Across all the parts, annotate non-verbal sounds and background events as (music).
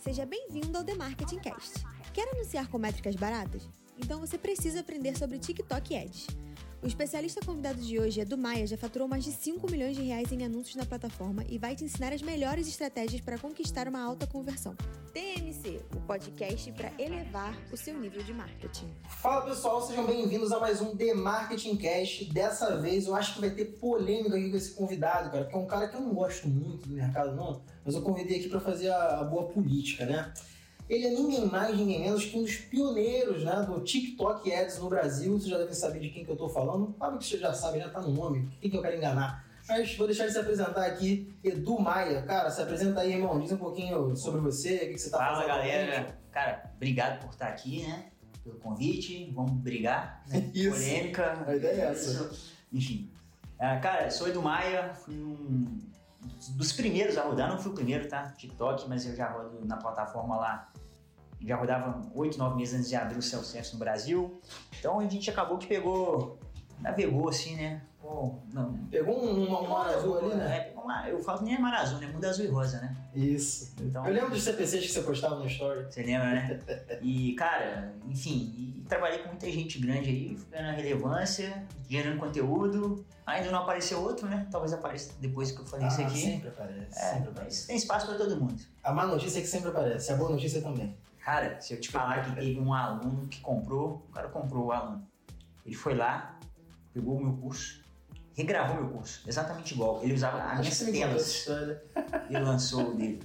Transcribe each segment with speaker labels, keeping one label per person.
Speaker 1: Seja bem-vindo ao The Marketing Cast. Quer anunciar com métricas baratas? Então você precisa aprender sobre TikTok Ads. O especialista convidado de hoje, Edu Maia, já faturou mais de 5 milhões de reais em anúncios na plataforma e vai te ensinar as melhores estratégias para conquistar uma alta conversão. TMC, o podcast para elevar o seu nível de marketing.
Speaker 2: Fala pessoal, sejam bem-vindos a mais um The Marketing Cast. Dessa vez eu acho que vai ter polêmica aqui com esse convidado, cara, que é um cara que eu não gosto muito do mercado, não, mas eu convidei aqui para fazer a, a boa política, né? Ele é ninguém mais, ninguém menos que um dos pioneiros né, do TikTok Ads no Brasil. Vocês já devem saber de quem que eu tô falando. Claro que vocês já sabem, já tá no nome. Quem que eu quero enganar? Mas vou deixar ele se apresentar aqui. Edu Maia. Cara, se apresenta aí, irmão. Diz um pouquinho sobre você, o que, que você tá
Speaker 3: Fala
Speaker 2: fazendo.
Speaker 3: galera, cara, obrigado por estar aqui, né? Pelo convite, vamos brigar, né?
Speaker 2: Isso.
Speaker 3: polêmica.
Speaker 2: A ideia é essa.
Speaker 3: Isso. Enfim, Ah, cara, sou Edu Maia, fui um dos primeiros a rodar, não fui o primeiro, tá? TikTok, mas eu já rodo na plataforma lá, já rodava oito, nove meses antes de abrir o Celsius no Brasil. Então a gente acabou que pegou, navegou assim, né? Pô, não.
Speaker 2: Pegou um, um, um mar azul ali, né?
Speaker 3: É, pegou uma- eu falo que nem é mar azul, né? Muda azul e rosa, né?
Speaker 2: Isso.
Speaker 3: Então,
Speaker 2: Eu lembro dos CPCs que você postava no story.
Speaker 3: Você lembra, né? E, cara, enfim, e trabalhei com muita gente grande aí, ganhando relevância, gerando conteúdo. Ainda não apareceu outro, né? Talvez apareça depois que eu falei isso
Speaker 2: Ah,
Speaker 3: aqui.
Speaker 2: Sempre aparece,
Speaker 3: É,
Speaker 2: sempre aparece.
Speaker 3: mas tem espaço pra todo mundo.
Speaker 2: A má notícia é que sempre aparece, a boa notícia também.
Speaker 3: Cara, se eu te falar que teve um aluno que comprou, o cara comprou o aluno. Ele foi lá, pegou o meu curso, regravou meu curso, exatamente igual. Ele usava
Speaker 2: Acho
Speaker 3: as
Speaker 2: que
Speaker 3: minhas
Speaker 2: você me contou essa
Speaker 3: telas
Speaker 2: história.
Speaker 3: e lançou o dele.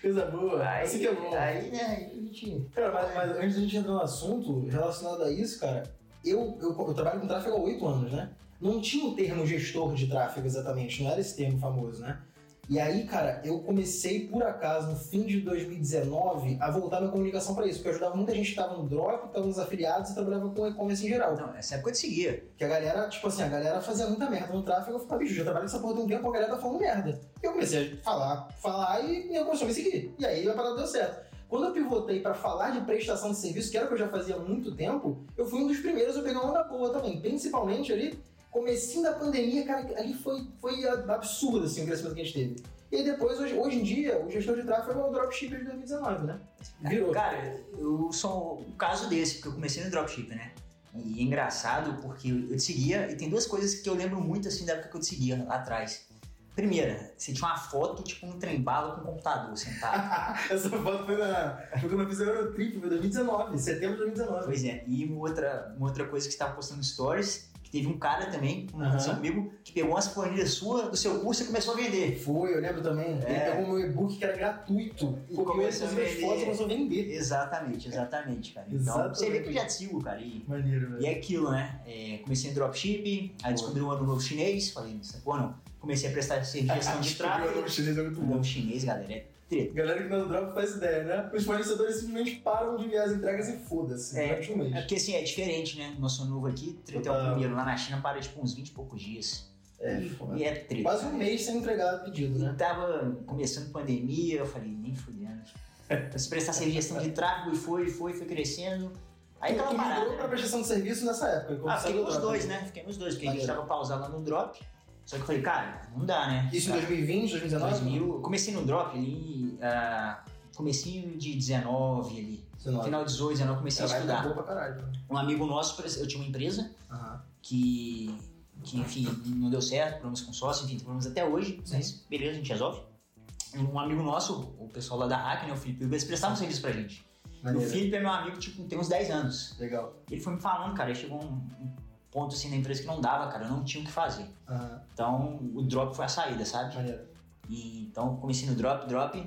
Speaker 2: Coisa boa, (laughs)
Speaker 3: Aí-
Speaker 2: isso que é bom.
Speaker 3: Aí, né, aí a gente...
Speaker 2: Cara, mas, mas antes da gente entrar no assunto relacionado a isso, cara, eu, eu, eu trabalho com tráfego há oito anos, né? Não tinha o termo gestor de tráfego exatamente, não era esse termo famoso, né? E aí, cara, eu comecei por acaso no fim de 2019 a voltar minha comunicação pra isso, porque eu ajudava muita gente que estava no drop, estava nos afiliados e trabalhava com e-commerce em geral.
Speaker 3: Não, Então, essa época eu te seguia.
Speaker 2: Que a galera, tipo assim, a galera fazia muita merda no tráfego. Eu ficava, bicho, já trabalho nessa porra de um tempo, a galera tá falando merda. E eu comecei a falar, falar e e eu comecei a me seguir. E aí a parada deu certo. Quando eu pivotei pra falar de prestação de serviço, que era o que eu já fazia há muito tempo, eu fui um dos primeiros a pegar uma onda boa também. Principalmente ali, comecinho da pandemia, cara, ali foi, foi a- absurdo, assim, o crescimento que a gente teve. E aí depois, hoje, hoje em dia, o gestor de tráfego é o dropshipper de 2019, né? Virou.
Speaker 3: Tá, Cara, eu sou um caso desse, porque eu comecei no dropshipping, né? E é engraçado porque eu te seguia, e tem duas coisas que eu lembro muito assim da época que eu te seguia lá atrás. Primeira, você tinha uma foto, tipo um trem-bala com um computador sentado.
Speaker 2: (laughs) Essa foto foi na. Foi quando eu fiz o Eurotrip, foi 2019, setembro de 2019.
Speaker 3: pois é, e uma outra, uma outra coisa que você estava postando stories, que teve um cara também, uma
Speaker 2: Aham.
Speaker 3: condição comigo, que pegou umas planilhas suas do seu curso e começou a vender.
Speaker 2: Foi, eu lembro também. Ele
Speaker 3: É.
Speaker 2: pegou meu e-book que era gratuito. E copiou ele
Speaker 3: começou a
Speaker 2: com as
Speaker 3: vender.
Speaker 2: fotos e começou a vender.
Speaker 3: Exatamente, exatamente, cara. Então, você vê que eu já te sigo, cara. E
Speaker 2: Maneiro,
Speaker 3: E é aquilo, né? É, comecei em dropship, aí descobri um ano novo chinês, falei, isso é bom não. Comecei a prestar esse- gestão de tráfego.
Speaker 2: chinês é muito
Speaker 3: O novo chinês, galera, é treta.
Speaker 2: Galera que não drop faz ideia, né? Os fornecedores simplesmente param de enviar as entregas e foda-se.
Speaker 3: É.
Speaker 2: Durante um
Speaker 3: É
Speaker 2: mês.
Speaker 3: porque assim, é diferente, né? Nosso novo aqui, treta é o
Speaker 2: Total.
Speaker 3: primeiro. Lá na China para tipo uns 20 e poucos dias.
Speaker 2: É,
Speaker 3: e,
Speaker 2: foda.
Speaker 3: e é treta.
Speaker 2: Quase um mês sem entregar pedido,
Speaker 3: E
Speaker 2: né?
Speaker 3: tava começando pandemia, eu falei, nem fudendo. Comecei a prestar essa gestão de tráfego e foi, foi, foi crescendo. Aí
Speaker 2: tu
Speaker 3: tava
Speaker 2: tu
Speaker 3: parado.
Speaker 2: migrou pra prestação de serviço nessa época. quando
Speaker 3: Ah,
Speaker 2: saiu
Speaker 3: fiquei
Speaker 2: o
Speaker 3: nos
Speaker 2: drop.
Speaker 3: dois, né? Fiquei nos dois, porque a gente
Speaker 2: Maneiro.
Speaker 3: tava pausado lá no drop. Só que eu falei, cara, não dá, né?
Speaker 2: Isso em
Speaker 3: Pra-
Speaker 2: 2020, 2019?
Speaker 3: 2000, comecei no drop ali, ah, comecinho de 19 ali,
Speaker 2: 2019.
Speaker 3: final de 18, 19, comecei a
Speaker 2: Caralho, tá
Speaker 3: estudar.
Speaker 2: boa pra caralho.
Speaker 3: Um amigo nosso, eu tinha uma empresa
Speaker 2: Aham.
Speaker 3: que, que enfim, não deu certo, problemas com sócio, enfim, tem problemas até hoje, mas beleza, a gente resolve. Um amigo nosso, o pessoal lá da Hack, né, o Felipe, eles prestavam serviço pra gente. E o
Speaker 2: Maneiro.
Speaker 3: Felipe é meu amigo, tipo, tem uns 10 anos.
Speaker 2: Legal.
Speaker 3: Ele foi me falando, cara, aí chegou um, um ponto assim na empresa que não dava, cara, eu não tinha o que fazer.
Speaker 2: Aham.
Speaker 3: Então, o drop foi a saída, sabe?
Speaker 2: Maneiro.
Speaker 3: E, então comecei no drop, drop.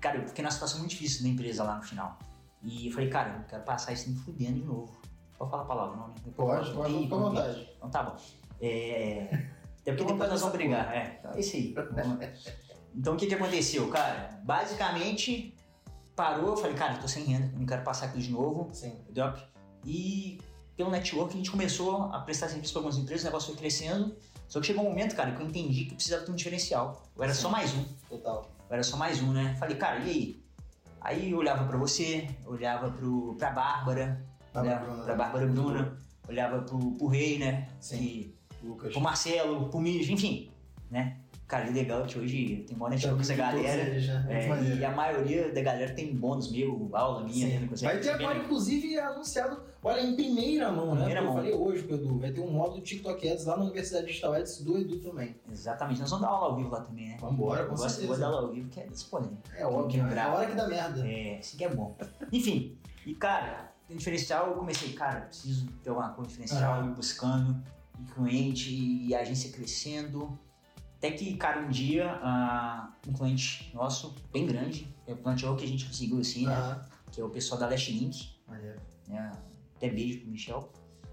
Speaker 3: Cara, eu fiquei numa situação muito difícil da empresa lá no final. E eu falei, cara, eu não quero passar isso me fudendo de novo. Pode falar a palavra, não? né? Depois
Speaker 2: Pode, pode,
Speaker 3: eu
Speaker 2: fica
Speaker 3: falo,
Speaker 2: à
Speaker 3: "Ih,
Speaker 2: vontade. Então
Speaker 3: Então tá bom. É... Até porque
Speaker 2: Fica à vontade
Speaker 3: depois nós
Speaker 2: dessa
Speaker 3: vamos brigar. É, então é isso aí. Vamos lá. Então o que, que aconteceu, cara? Basicamente, parou, eu falei, cara, eu tô sem renda, não quero passar aquilo de novo.
Speaker 2: Sim.
Speaker 3: Drop. E pelo network a gente começou a prestar serviço para algumas empresas, o negócio foi crescendo. Só que chegou um momento, cara, que eu entendi que eu precisava ter um diferencial. Eu era só mais um.
Speaker 2: Total.
Speaker 3: Eu era só mais um, né? Falei, cara, e aí? Aí eu olhava pra você, olhava pro, pra Bárbara,
Speaker 2: Tá
Speaker 3: olhava
Speaker 2: bacana,
Speaker 3: pra
Speaker 2: né?
Speaker 3: Bárbara Bruna, olhava pro, pro Rei, né?
Speaker 2: Sim.
Speaker 3: E
Speaker 2: Lucas.
Speaker 3: pro Marcelo, pro Mijo, enfim. né? Cara, legal que hoje tem uma hora a
Speaker 2: É,
Speaker 3: gente essa galera.
Speaker 2: Seja,
Speaker 3: É, e a maioria da galera tem bônus meu, aula minha, né? Não consegue
Speaker 2: Vai ter
Speaker 3: receber,
Speaker 2: agora,
Speaker 3: né?
Speaker 2: inclusive, é anunciado, olha, em primeira mão, né? Porque
Speaker 3: Primeira mão.
Speaker 2: Eu falei hoje com o Edu, vai ter um módulo TikTok Ads lá na Universidade Digital Ads do Edu também.
Speaker 3: Exatamente. Nós vamos dar aula ao vivo lá também, né?
Speaker 2: Vambora, com
Speaker 3: eu gosto, eu
Speaker 2: certeza.
Speaker 3: gosto da aula ao vivo, que é disponível.
Speaker 2: É óbvio, é a
Speaker 3: Quebrar.
Speaker 2: hora que dá merda.
Speaker 3: É, isso aqui é bom. Enfim, e cara, tem diferencial, eu comecei, cara, preciso ter alguma coisa diferencial, ir buscando, e cliente, e a agência crescendo. Até que, cara, um dia, ah, um cliente nosso, bem grande, é o planteou que a gente conseguiu, assim, né?
Speaker 2: Ah,
Speaker 3: Que é o pessoal da Last Link,
Speaker 2: maneiro.
Speaker 3: né? Até beijo pro Michel.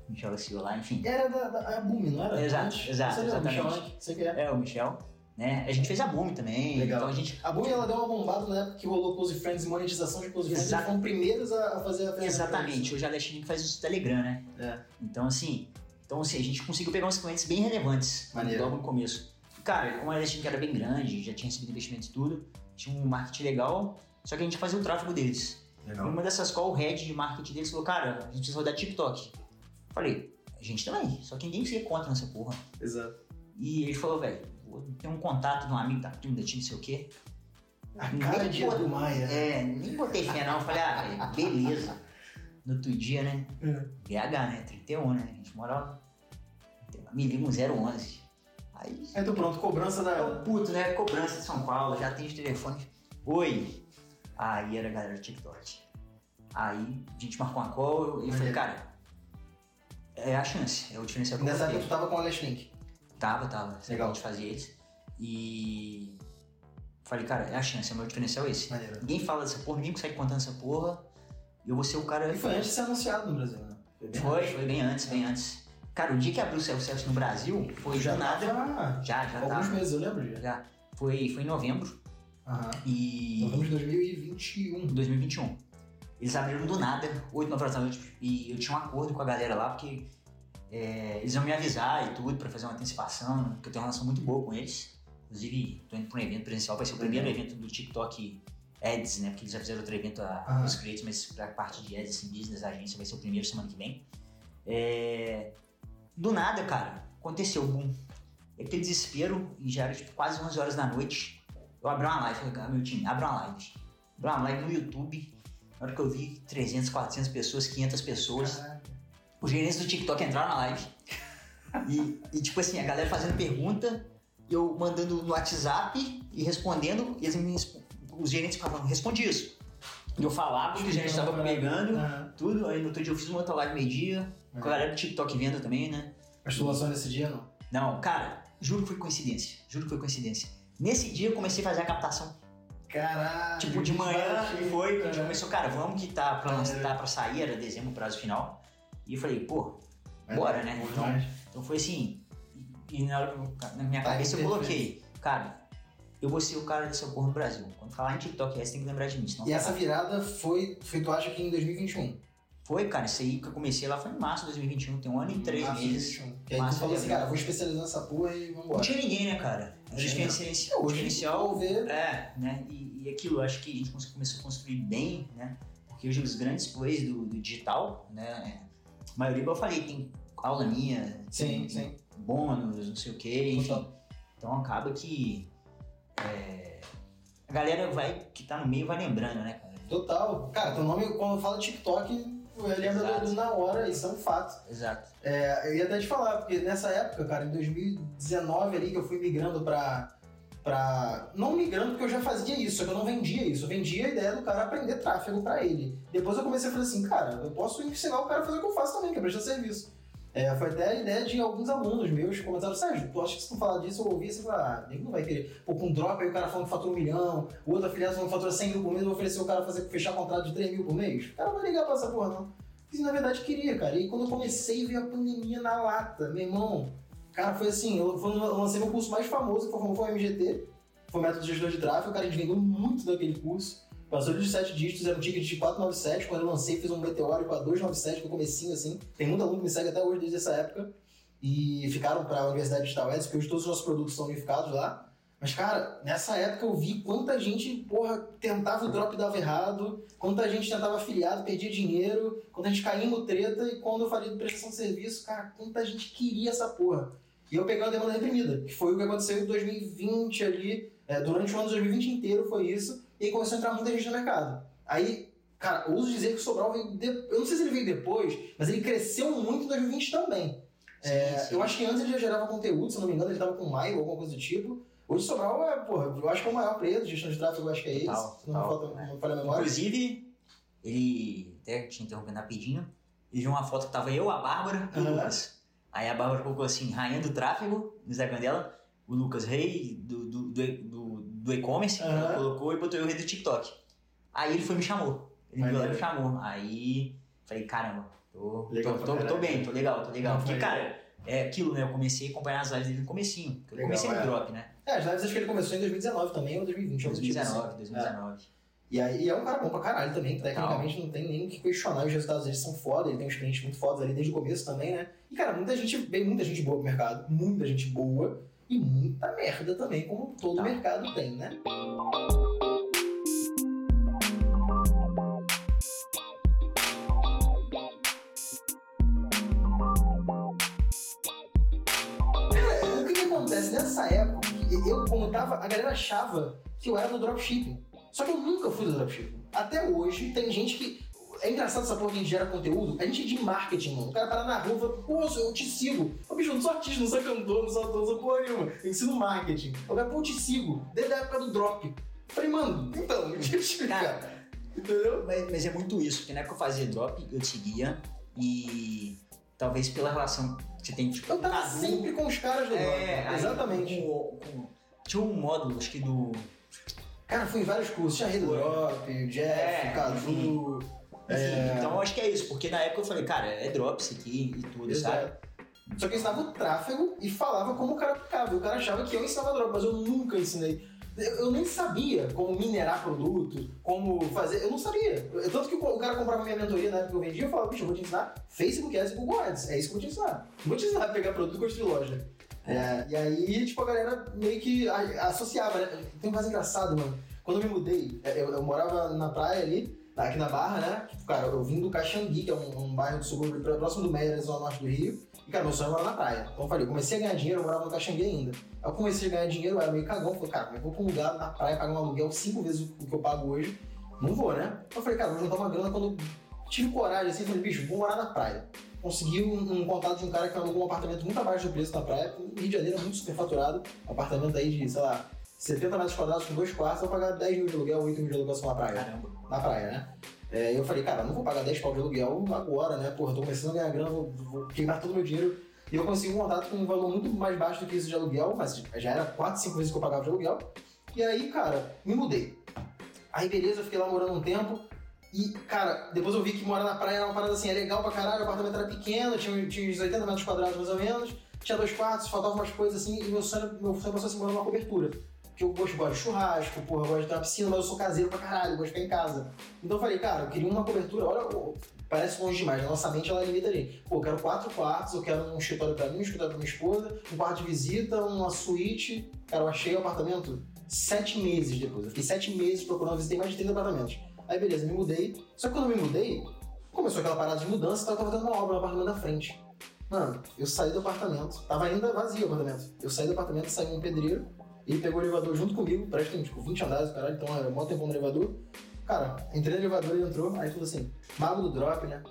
Speaker 3: Michel da Silva lá, enfim.
Speaker 2: Era da, da a Boom, não era?
Speaker 3: Exato,
Speaker 2: Antes?
Speaker 3: exato,
Speaker 2: Você lembra, Michel,
Speaker 3: exatamente.
Speaker 2: né? Você que é.
Speaker 3: É, o Michel. Né? A gente fez a Boom também,
Speaker 2: Legal.
Speaker 3: então a gente
Speaker 2: A Boom, ela deu uma bombada na época que rolou Close Friends e monetização de Close Friends.
Speaker 3: Exato.
Speaker 2: Eles foram primeiros a, a fazer a ferramenta.
Speaker 3: Exatamente, hoje a Last que faz isso no Telegram, né?
Speaker 2: É.
Speaker 3: Então, assim, então, assim, a gente conseguiu pegar uns clientes bem relevantes
Speaker 2: Maneiro.
Speaker 3: logo no começo. Cara, como a Last era bem grande, já tinha recebido investimento e tudo, tinha um marketing legal, só que a gente fazia o tráfego deles.
Speaker 2: Legal.
Speaker 3: Numa dessas calls, o head de marketing deles falou: Cara, a gente precisa rodar TikTok. Falei, a gente também, só que ninguém se conta nessa porra.
Speaker 2: Exato.
Speaker 3: E ele falou: Velho, vou ter um contato de um amigo da turma da time, não sei o quê. Uhum.
Speaker 2: A cara
Speaker 3: Nem
Speaker 2: de
Speaker 3: bot-
Speaker 2: Edu Maia.
Speaker 3: É, nem botei fé não. Falei, ah, velho, beleza. No outro dia, né? BH, né? 31, né? A gente mora. lá. Me liga um 011. Aí.
Speaker 2: Aí tu pronto, cobrança
Speaker 3: Eu
Speaker 2: da...
Speaker 3: puto, né? Cobrança de São Paulo, já tem os telefones. Oi! Aí era a galera do TikTok. Aí a gente marcou uma call e eu falei, cara, é a chance, é o diferencial que eu
Speaker 2: Nessa
Speaker 3: vou ter.
Speaker 2: época tu tava com o Alex Link.
Speaker 3: Tava, tava.
Speaker 2: Legal.
Speaker 3: A gente fazia isso. E. Falei, cara, é a chance, é o meu diferencial esse.
Speaker 2: Maneiro.
Speaker 3: Ninguém fala dessa porra, ninguém consegue contar essa porra. E eu vou ser o cara.
Speaker 2: E foi antes de ser anunciado no Brasil, né?
Speaker 3: Foi, foi bem antes, bem antes. Cara, o dia que abriu o self-service no Brasil, foi
Speaker 2: Já
Speaker 3: do nada.
Speaker 2: tava-
Speaker 3: Já, tá. já
Speaker 2: Alguns
Speaker 3: tava.
Speaker 2: meses, eu lembro já.
Speaker 3: Já. Foi, foi em novembro
Speaker 2: Aham.
Speaker 3: e.
Speaker 2: Novembro de 2021.
Speaker 3: 2021. Eles abriram do nada, 8, 9 horas da noite, e eu tinha um acordo com a galera lá, porque é, eles iam me avisar e tudo, pra fazer uma antecipação, porque eu tenho uma relação muito boa com eles. Inclusive, tô indo pra um evento presencial, vai ser o primeiro evento do TikTok Ads, né? Porque eles já fizeram outro evento a,
Speaker 2: Ah.
Speaker 3: os clientes, mas pra parte de Ads, assim, business, agência, vai ser o primeiro semana que vem. É, do nada, cara, aconteceu o boom. E Aquele desespero, e já era tipo, quase 11 horas da noite. Eu abri uma live, falei, "Ah, meu time, abre uma live. Abri uma live no YouTube. Na hora que eu vi 300, 400 pessoas, 500 pessoas. Os gerentes do TikTok entraram na live. E, e, tipo assim, a galera fazendo pergunta, eu mandando no WhatsApp e respondendo, eles me, respo- os gerentes falavam, responde isso. E eu falava que o gerente estava pegando,
Speaker 2: Aham.
Speaker 3: tudo. Aí no outro dia eu fiz uma outra live meio-dia, com a galera do TikTok venda também, né?
Speaker 2: As tulações desse dia, não?
Speaker 3: Não, cara, juro que foi coincidência. Juro que foi coincidência. Nesse dia eu comecei a fazer a captação.
Speaker 2: Caralho. É.
Speaker 3: tipo, de manhã
Speaker 2: Achei,
Speaker 3: foi, tipo, a
Speaker 2: cara.
Speaker 3: gente começou, cara, vamos que tá pra,
Speaker 2: Ah, Uhum. É.
Speaker 3: tá pra sair, era dezembro, prazo final. E eu falei, pô,
Speaker 2: É.
Speaker 3: bora, né?
Speaker 2: Bom
Speaker 3: Então,
Speaker 2: demais.
Speaker 3: então foi assim. e- E na, hora que eu- na minha
Speaker 2: Tá
Speaker 3: cabeça eu
Speaker 2: perfeito.
Speaker 3: coloquei, cara, eu vou ser o cara dessa porra no Brasil. Quando falar em TikTok, aí você tem que lembrar de mim. Senão tá.
Speaker 2: E essa virada foi, foi tu acha que em 2021?
Speaker 3: Foi, cara, isso aí que eu comecei lá foi em março de 2021, tem um
Speaker 2: Hum,
Speaker 3: ano e três
Speaker 2: Março de
Speaker 3: meses.
Speaker 2: 2021. E aí
Speaker 3: Março
Speaker 2: tu falou
Speaker 3: de
Speaker 2: assim,
Speaker 3: abril.
Speaker 2: cara, vou especializar nessa porra e
Speaker 3: Não
Speaker 2: vambora.
Speaker 3: tinha ninguém, né, cara? Era
Speaker 2: Não tinha, não.
Speaker 3: diferencial,
Speaker 2: Hoje
Speaker 3: diferencial
Speaker 2: vamos ver.
Speaker 3: É, né? E, e aquilo, acho que a gente cons- começou a construir bem, né? Porque hoje os grandes plays do, do digital, né? A maioria, igual eu falei, tem aula minha,
Speaker 2: Sim,
Speaker 3: tem
Speaker 2: sim.
Speaker 3: bônus, não sei o quê, enfim.
Speaker 2: Total.
Speaker 3: Então acaba que é, a galera vai, que tá no meio vai lembrando, né, cara?
Speaker 2: Total. Cara, teu nome, quando fala TikTok, eu lembro do
Speaker 3: Exato.
Speaker 2: Edu na hora, isso é um fato.
Speaker 3: Exato.
Speaker 2: É, eu ia até te falar, porque nessa época, cara, em 2019 ali, que eu fui migrando pra... Pra... Não migrando, porque eu já fazia isso, só que eu não vendia isso. Eu vendia a ideia do cara aprender tráfego pra ele. Depois eu comecei a falar assim, cara, eu posso ensinar o cara a fazer o que eu faço também, que é prestar serviço. É, foi até a ideia de alguns alunos meus que comentaram, Sérgio, tu acha que se tu falar disso, eu ouvi, você fala, ah, nego não vai querer. Pô, com drop aí o cara falando que fatura um milhão, o outro afiliado falando que fatura 100 mil por mês, eu vou oferecer o cara fazer fechar contrato de 3 mil por mês. O cara não vai ligar pra essa porra, não. Isso na verdade queria, cara. E quando eu comecei, veio a pandemia na lata, meu irmão. Cara, foi assim, eu, foi- eu lancei meu curso mais famoso, que foi, foi o MGT, foi o método gestor de tráfego, cara, a gente vendeu muito daquele curso. Passou de 7 dígitos, era um ticket de 497, quando eu lancei fiz um meteórico a 297 no comecinho, assim. Tem muito aluno que me segue até hoje desde essa época. E ficaram para a Universidade Digital Eds, porque hoje todos os nossos produtos estão unificados lá. Mas, cara, nessa época eu vi quanta gente, porra, tentava o drop e dava errado, quanta gente tentava afiliado, perdia dinheiro, quando a gente caía no treta e quando eu falei de prestação de serviço, cara, quanta gente queria essa porra. E eu peguei uma demanda reprimida, que foi o que aconteceu em 2020 ali, é, durante o ano de 2020 inteiro foi isso, e aí começou a entrar muita gente no mercado. Aí, cara, ouso dizer que o Sobral veio, de... eu não sei se ele veio depois, mas ele cresceu muito em 2020 também. É,
Speaker 3: Sim, sim.
Speaker 2: Eu acho que antes ele já gerava conteúdo, se eu não me engano, ele tava com Maio ou alguma coisa do tipo. Hoje o Sobral é, porra, eu acho que é o maior preto, gestão de tráfego, eu acho que é esse.
Speaker 3: Total,
Speaker 2: não me
Speaker 3: total,
Speaker 2: falta,
Speaker 3: né?
Speaker 2: não me falha a memória.
Speaker 3: Inclusive, ele, até te interrompendo rapidinho, ele viu uma foto que tava eu, a Bárbara e o
Speaker 2: Aham.
Speaker 3: Lucas. Aí a Bárbara colocou assim, rainha do tráfego no Instagram dela, o Lucas, rei do, do, do, e- do, do e-commerce,
Speaker 2: Aham.
Speaker 3: ela colocou e botou eu rei do TikTok. Aí ele foi e me chamou. Ele me viu lá e me chamou. Aí falei, caramba, tô,
Speaker 2: Legal
Speaker 3: tô,
Speaker 2: pra
Speaker 3: tô, tô
Speaker 2: caralho.
Speaker 3: bem, tô legal, tô legal.
Speaker 2: Não,
Speaker 3: Porque,
Speaker 2: foi-
Speaker 3: cara, é aquilo, né? Eu comecei a acompanhar as lives dele no comecinho. porque Eu
Speaker 2: Legal,
Speaker 3: comecei no
Speaker 2: é.
Speaker 3: drop, né?
Speaker 2: É, as lives acho que ele começou em 2019 também, ou 2020, algum tipo assim.
Speaker 3: 2019, 2019.
Speaker 2: E aí e é um cara bom pra caralho também, que
Speaker 3: Total.
Speaker 2: tecnicamente não tem nem o que questionar, os resultados dele são foda, ele tem uns clientes muito fodas ali desde o começo também, né? E cara, muita gente, veio muita gente boa pro mercado, muita gente boa e muita merda também, como todo
Speaker 3: Tá.
Speaker 2: mercado tem, né? Cara, o que que acontece nessa época, eu como tava, a galera achava que eu era do dropshipping. Só que eu nunca fui do dropshipping. Até hoje tem gente que. É engraçado essa porra que a gente gera conteúdo. A gente é de marketing, mano. O cara tá lá na rua e fala, pô, eu te sigo. Ô, bicho, eu não sou artista, não sou cantor, não sou ator, não sou porra nenhuma. Eu ensino marketing. O cara, pô, eu te sigo. Desde a época do drop. Eu Falei, mano, então, (laughs) deixa eu te explicar. Entendeu?
Speaker 3: Mas, mas é muito isso, porque na época que eu fazia drop, eu te seguia e talvez pela relação que você tem tipo,
Speaker 2: Eu tava
Speaker 3: Tadu,
Speaker 2: sempre com os caras do
Speaker 3: é,
Speaker 2: drop. Exatamente.
Speaker 3: aí com- com- tinha um módulo, acho que do.
Speaker 2: Cara, fui em vários cursos. Tinha Rio Drop, Jeff,
Speaker 3: É,
Speaker 2: Cadu.
Speaker 3: Enfim, Então eu acho que é isso, porque na época eu falei, cara, é drop isso aqui e tudo, sabe?
Speaker 2: Exato. Só que eu ensinava o tráfego e falava como o cara aplicava. E o cara achava que eu ensinava droga, mas eu nunca ensinei. Eu eu nem sabia como minerar produto, como fazer. Eu não sabia. Eu- Tanto que o o cara comprava minha mentoria na época que eu vendia, eu falava, bicho, eu vou te ensinar Facebook Ads e Google Ads. É isso que eu vou te ensinar. Não vou te ensinar a pegar produto e construir loja. É, e aí, tipo, a galera meio que a- associava, né? Tem uma coisa engraçada, mano. Quando eu me mudei, é, eu, eu morava na praia ali, na- aqui na Barra, né? Tipo, cara, eu vim do Caxangui, que é um, um bairro do subúrbio pra- próximo do Meia, zona norte do Rio. E, cara, meu sonho era morar na praia. Então eu falei, eu comecei a ganhar dinheiro, eu morava no Caxangui ainda. Aí eu comecei a ganhar dinheiro, eu era meio cagão. Falei, cara, mas eu vou pra um lugar na praia pagar um aluguel cinco vezes o o que eu pago hoje. Não vou, né? Então eu falei, cara, vou juntar uma grana quando eu tive coragem, assim, falei, bicho, vou morar na praia. Consegui um, um contato de um cara que alugou um apartamento muito abaixo do preço na praia, no Rio de Janeiro é muito superfaturado. Um apartamento aí de, sei lá, 70 metros quadrados com dois quartos, eu vou pagar 10 mil de aluguel, 8 mil de aluguel só na praia
Speaker 3: Caramba.
Speaker 2: na praia, né? É, eu falei, cara, eu não vou pagar 10 pau de aluguel agora, né? Porra, tô começando a ganhar grana, vou, vou queimar todo o meu dinheiro. E eu consegui um contato com um valor muito mais baixo do que isso de aluguel, mas já era 4, 5 vezes que eu pagava de aluguel. E aí, cara, me mudei. Aí, beleza, eu fiquei lá morando um tempo. E, cara, depois eu vi que morar na praia era uma parada assim, é legal pra caralho, o apartamento era pequeno, tinha, tinha uns 80 metros quadrados mais ou menos, tinha dois quartos, faltavam umas coisas assim, e meu sonho, meu sonho passou a se morar numa cobertura. Porque eu gosto, gosto de churrasco, porra, eu gosto de ter uma piscina, mas eu sou caseiro pra caralho, eu gosto de ficar em casa. Então eu falei, cara, eu queria uma cobertura, olha, pô, parece longe demais, a nossa mente ela limita ali. Pô, eu quero quatro quartos, eu quero um escritório pra mim, um escritório pra minha esposa, um quarto de visita, uma suíte. Cara, eu achei o apartamento sete meses depois. Eu fiquei sete meses procurando, visitei mais de 30 apartamentos. Aí beleza, me mudei. Só que quando eu me mudei, começou aquela parada de mudança, então eu tava tendo uma obra no apartamento da frente. Mano, eu saí do apartamento, tava ainda vazio o apartamento. Eu saí do apartamento, saiu um pedreiro, ele pegou o elevador junto comigo, parece que tem tipo 20 andares, caralho, então era mó tempão no elevador. Cara, entrei no elevador, ele entrou, aí falou assim, mago do drop, né?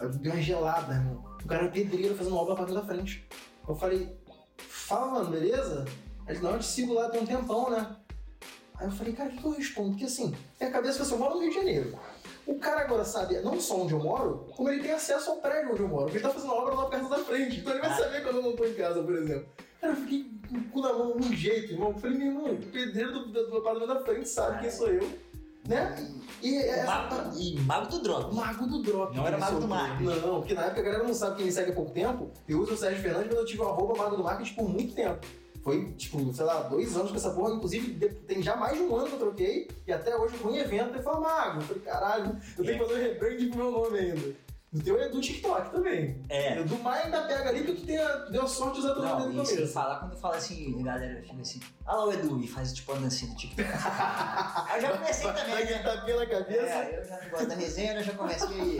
Speaker 2: Aí Deu uma gelada, irmão. O cara era pedreiro fazendo obra pra da frente. Eu falei, fala, mano, beleza? Aí ele, não, eu te sigo lá tem um tempão, né? Aí eu falei, cara, o que, que eu respondo? Porque assim, minha cabeça foi assim, eu moro no Rio de Janeiro. O cara agora sabe não só onde eu moro, como ele tem acesso ao prédio onde eu moro. Porque ele tá fazendo obra lá perto da frente. Então ele vai saber quando eu não tô em casa, por exemplo. Cara, eu fiquei com o cu na mão de um jeito, irmão. Eu falei, meu irmão, o pedreiro do, do, do apartamento da frente sabe quem sou eu. Né? E, e essa
Speaker 3: Mago, e Mago do Drop.
Speaker 2: Mago do Drop.
Speaker 3: Não era
Speaker 2: Esse
Speaker 3: Mago
Speaker 2: é o
Speaker 3: do
Speaker 2: nome.
Speaker 3: Marketing.
Speaker 2: Não, porque na época a galera não sabe quem me segue há pouco tempo. Eu uso o Sérgio Fernandes, mas eu tive o arroba Mago do Marketing por muito tempo. Foi, tipo, sei lá, dois anos com essa porra. Inclusive, de- tem já mais de um ano que eu troquei. E até hoje eu fui em evento e falo Mago. Eu falei, caralho, eu tenho que fazer um rebranding pro meu nome ainda. O teu é do TikTok também.
Speaker 3: É.
Speaker 2: O do Maia ainda pega ali porque tu tem a- deu a sorte de usar todo mundo
Speaker 3: Não,
Speaker 2: no
Speaker 3: e sem
Speaker 2: começo.
Speaker 3: falar, quando fala assim, a galera fica assim, olha lá o Edu, e faz tipo a dancinha do
Speaker 2: (laughs)
Speaker 3: TikTok. eu já comecei também,
Speaker 2: Pega
Speaker 3: né?
Speaker 2: ele tapinha na cabeça,
Speaker 3: É, eu já não gosto da resenha, eu já comecei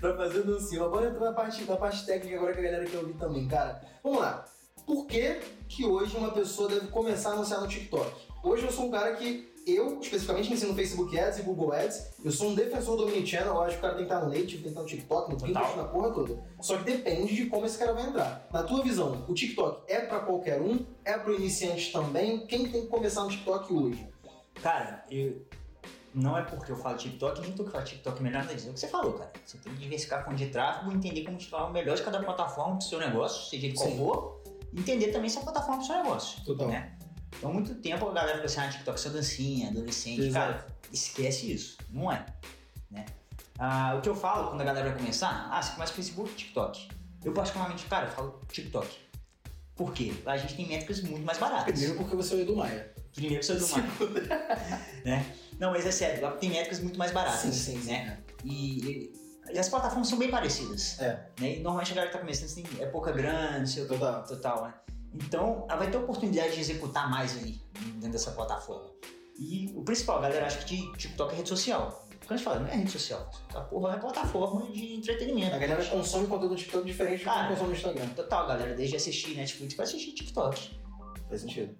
Speaker 2: pra fazer dancinha. Agora entra na parte, na parte técnica agora que a galera quer ouvir também, cara. Vamos lá. Por que que hoje uma pessoa deve começar a anunciar no TikTok? Hoje eu sou um cara que eu, especificamente, ensino Facebook Ads e Google Ads. Eu sou um defensor do Omnichannel. Eu acho que o cara tem que estar no native, tem que estar no TikTok, no Pinterest, na porra toda. Só que depende de como esse cara vai entrar. Na tua visão, o TikTok é pra qualquer um? É pro iniciante também? Quem tem que começar no TikTok hoje?
Speaker 3: Cara, eu... não é porque eu falo TikTok, nem tu que fala TikTok melhor, nada disso. É o que você falou, cara. Você tem que diversificar a fonte de tráfego, entender como tirar o melhor de cada plataforma pro seu negócio, seja ele qual
Speaker 2: Sim.
Speaker 3: for, e entender também se é a plataforma pro seu negócio.
Speaker 2: Total.
Speaker 3: Né? Então, há muito tempo a galera fica assim, ah, TikTok é só dancinha, adolescente. Cara, esquece isso. Não é. Né? Ah, o que eu falo quando a galera vai começar, ah, você começa Facebook TikTok. Eu, particularmente, cara, eu falo TikTok. Por quê? Lá a gente tem métricas muito mais baratas.
Speaker 2: Primeiro porque você é o Edu Maia.
Speaker 3: Primeiro que saiu do mar. (laughs) né? Não, mas é sério, lá tem métricas muito mais baratas.
Speaker 2: sim, sim.
Speaker 3: Né? E, e- e as plataformas são bem parecidas.
Speaker 2: É.
Speaker 3: Né? E normalmente a galera que tá começando tem, é pouca grana, não sei o que,
Speaker 2: Total.
Speaker 3: total, né? Então, ela vai ter oportunidade de executar mais ali dentro dessa plataforma. E o principal, a galera acha que ti- TikTok é rede social. Quando a gente fala, não é rede social. A porra é plataforma de entretenimento.
Speaker 2: A galera consome conteúdo no TikTok diferente do que
Speaker 3: Cara.
Speaker 2: consome no Instagram.
Speaker 3: Total, galera, desde assistir Netflix pra assistir TikTok.
Speaker 2: Faz sentido.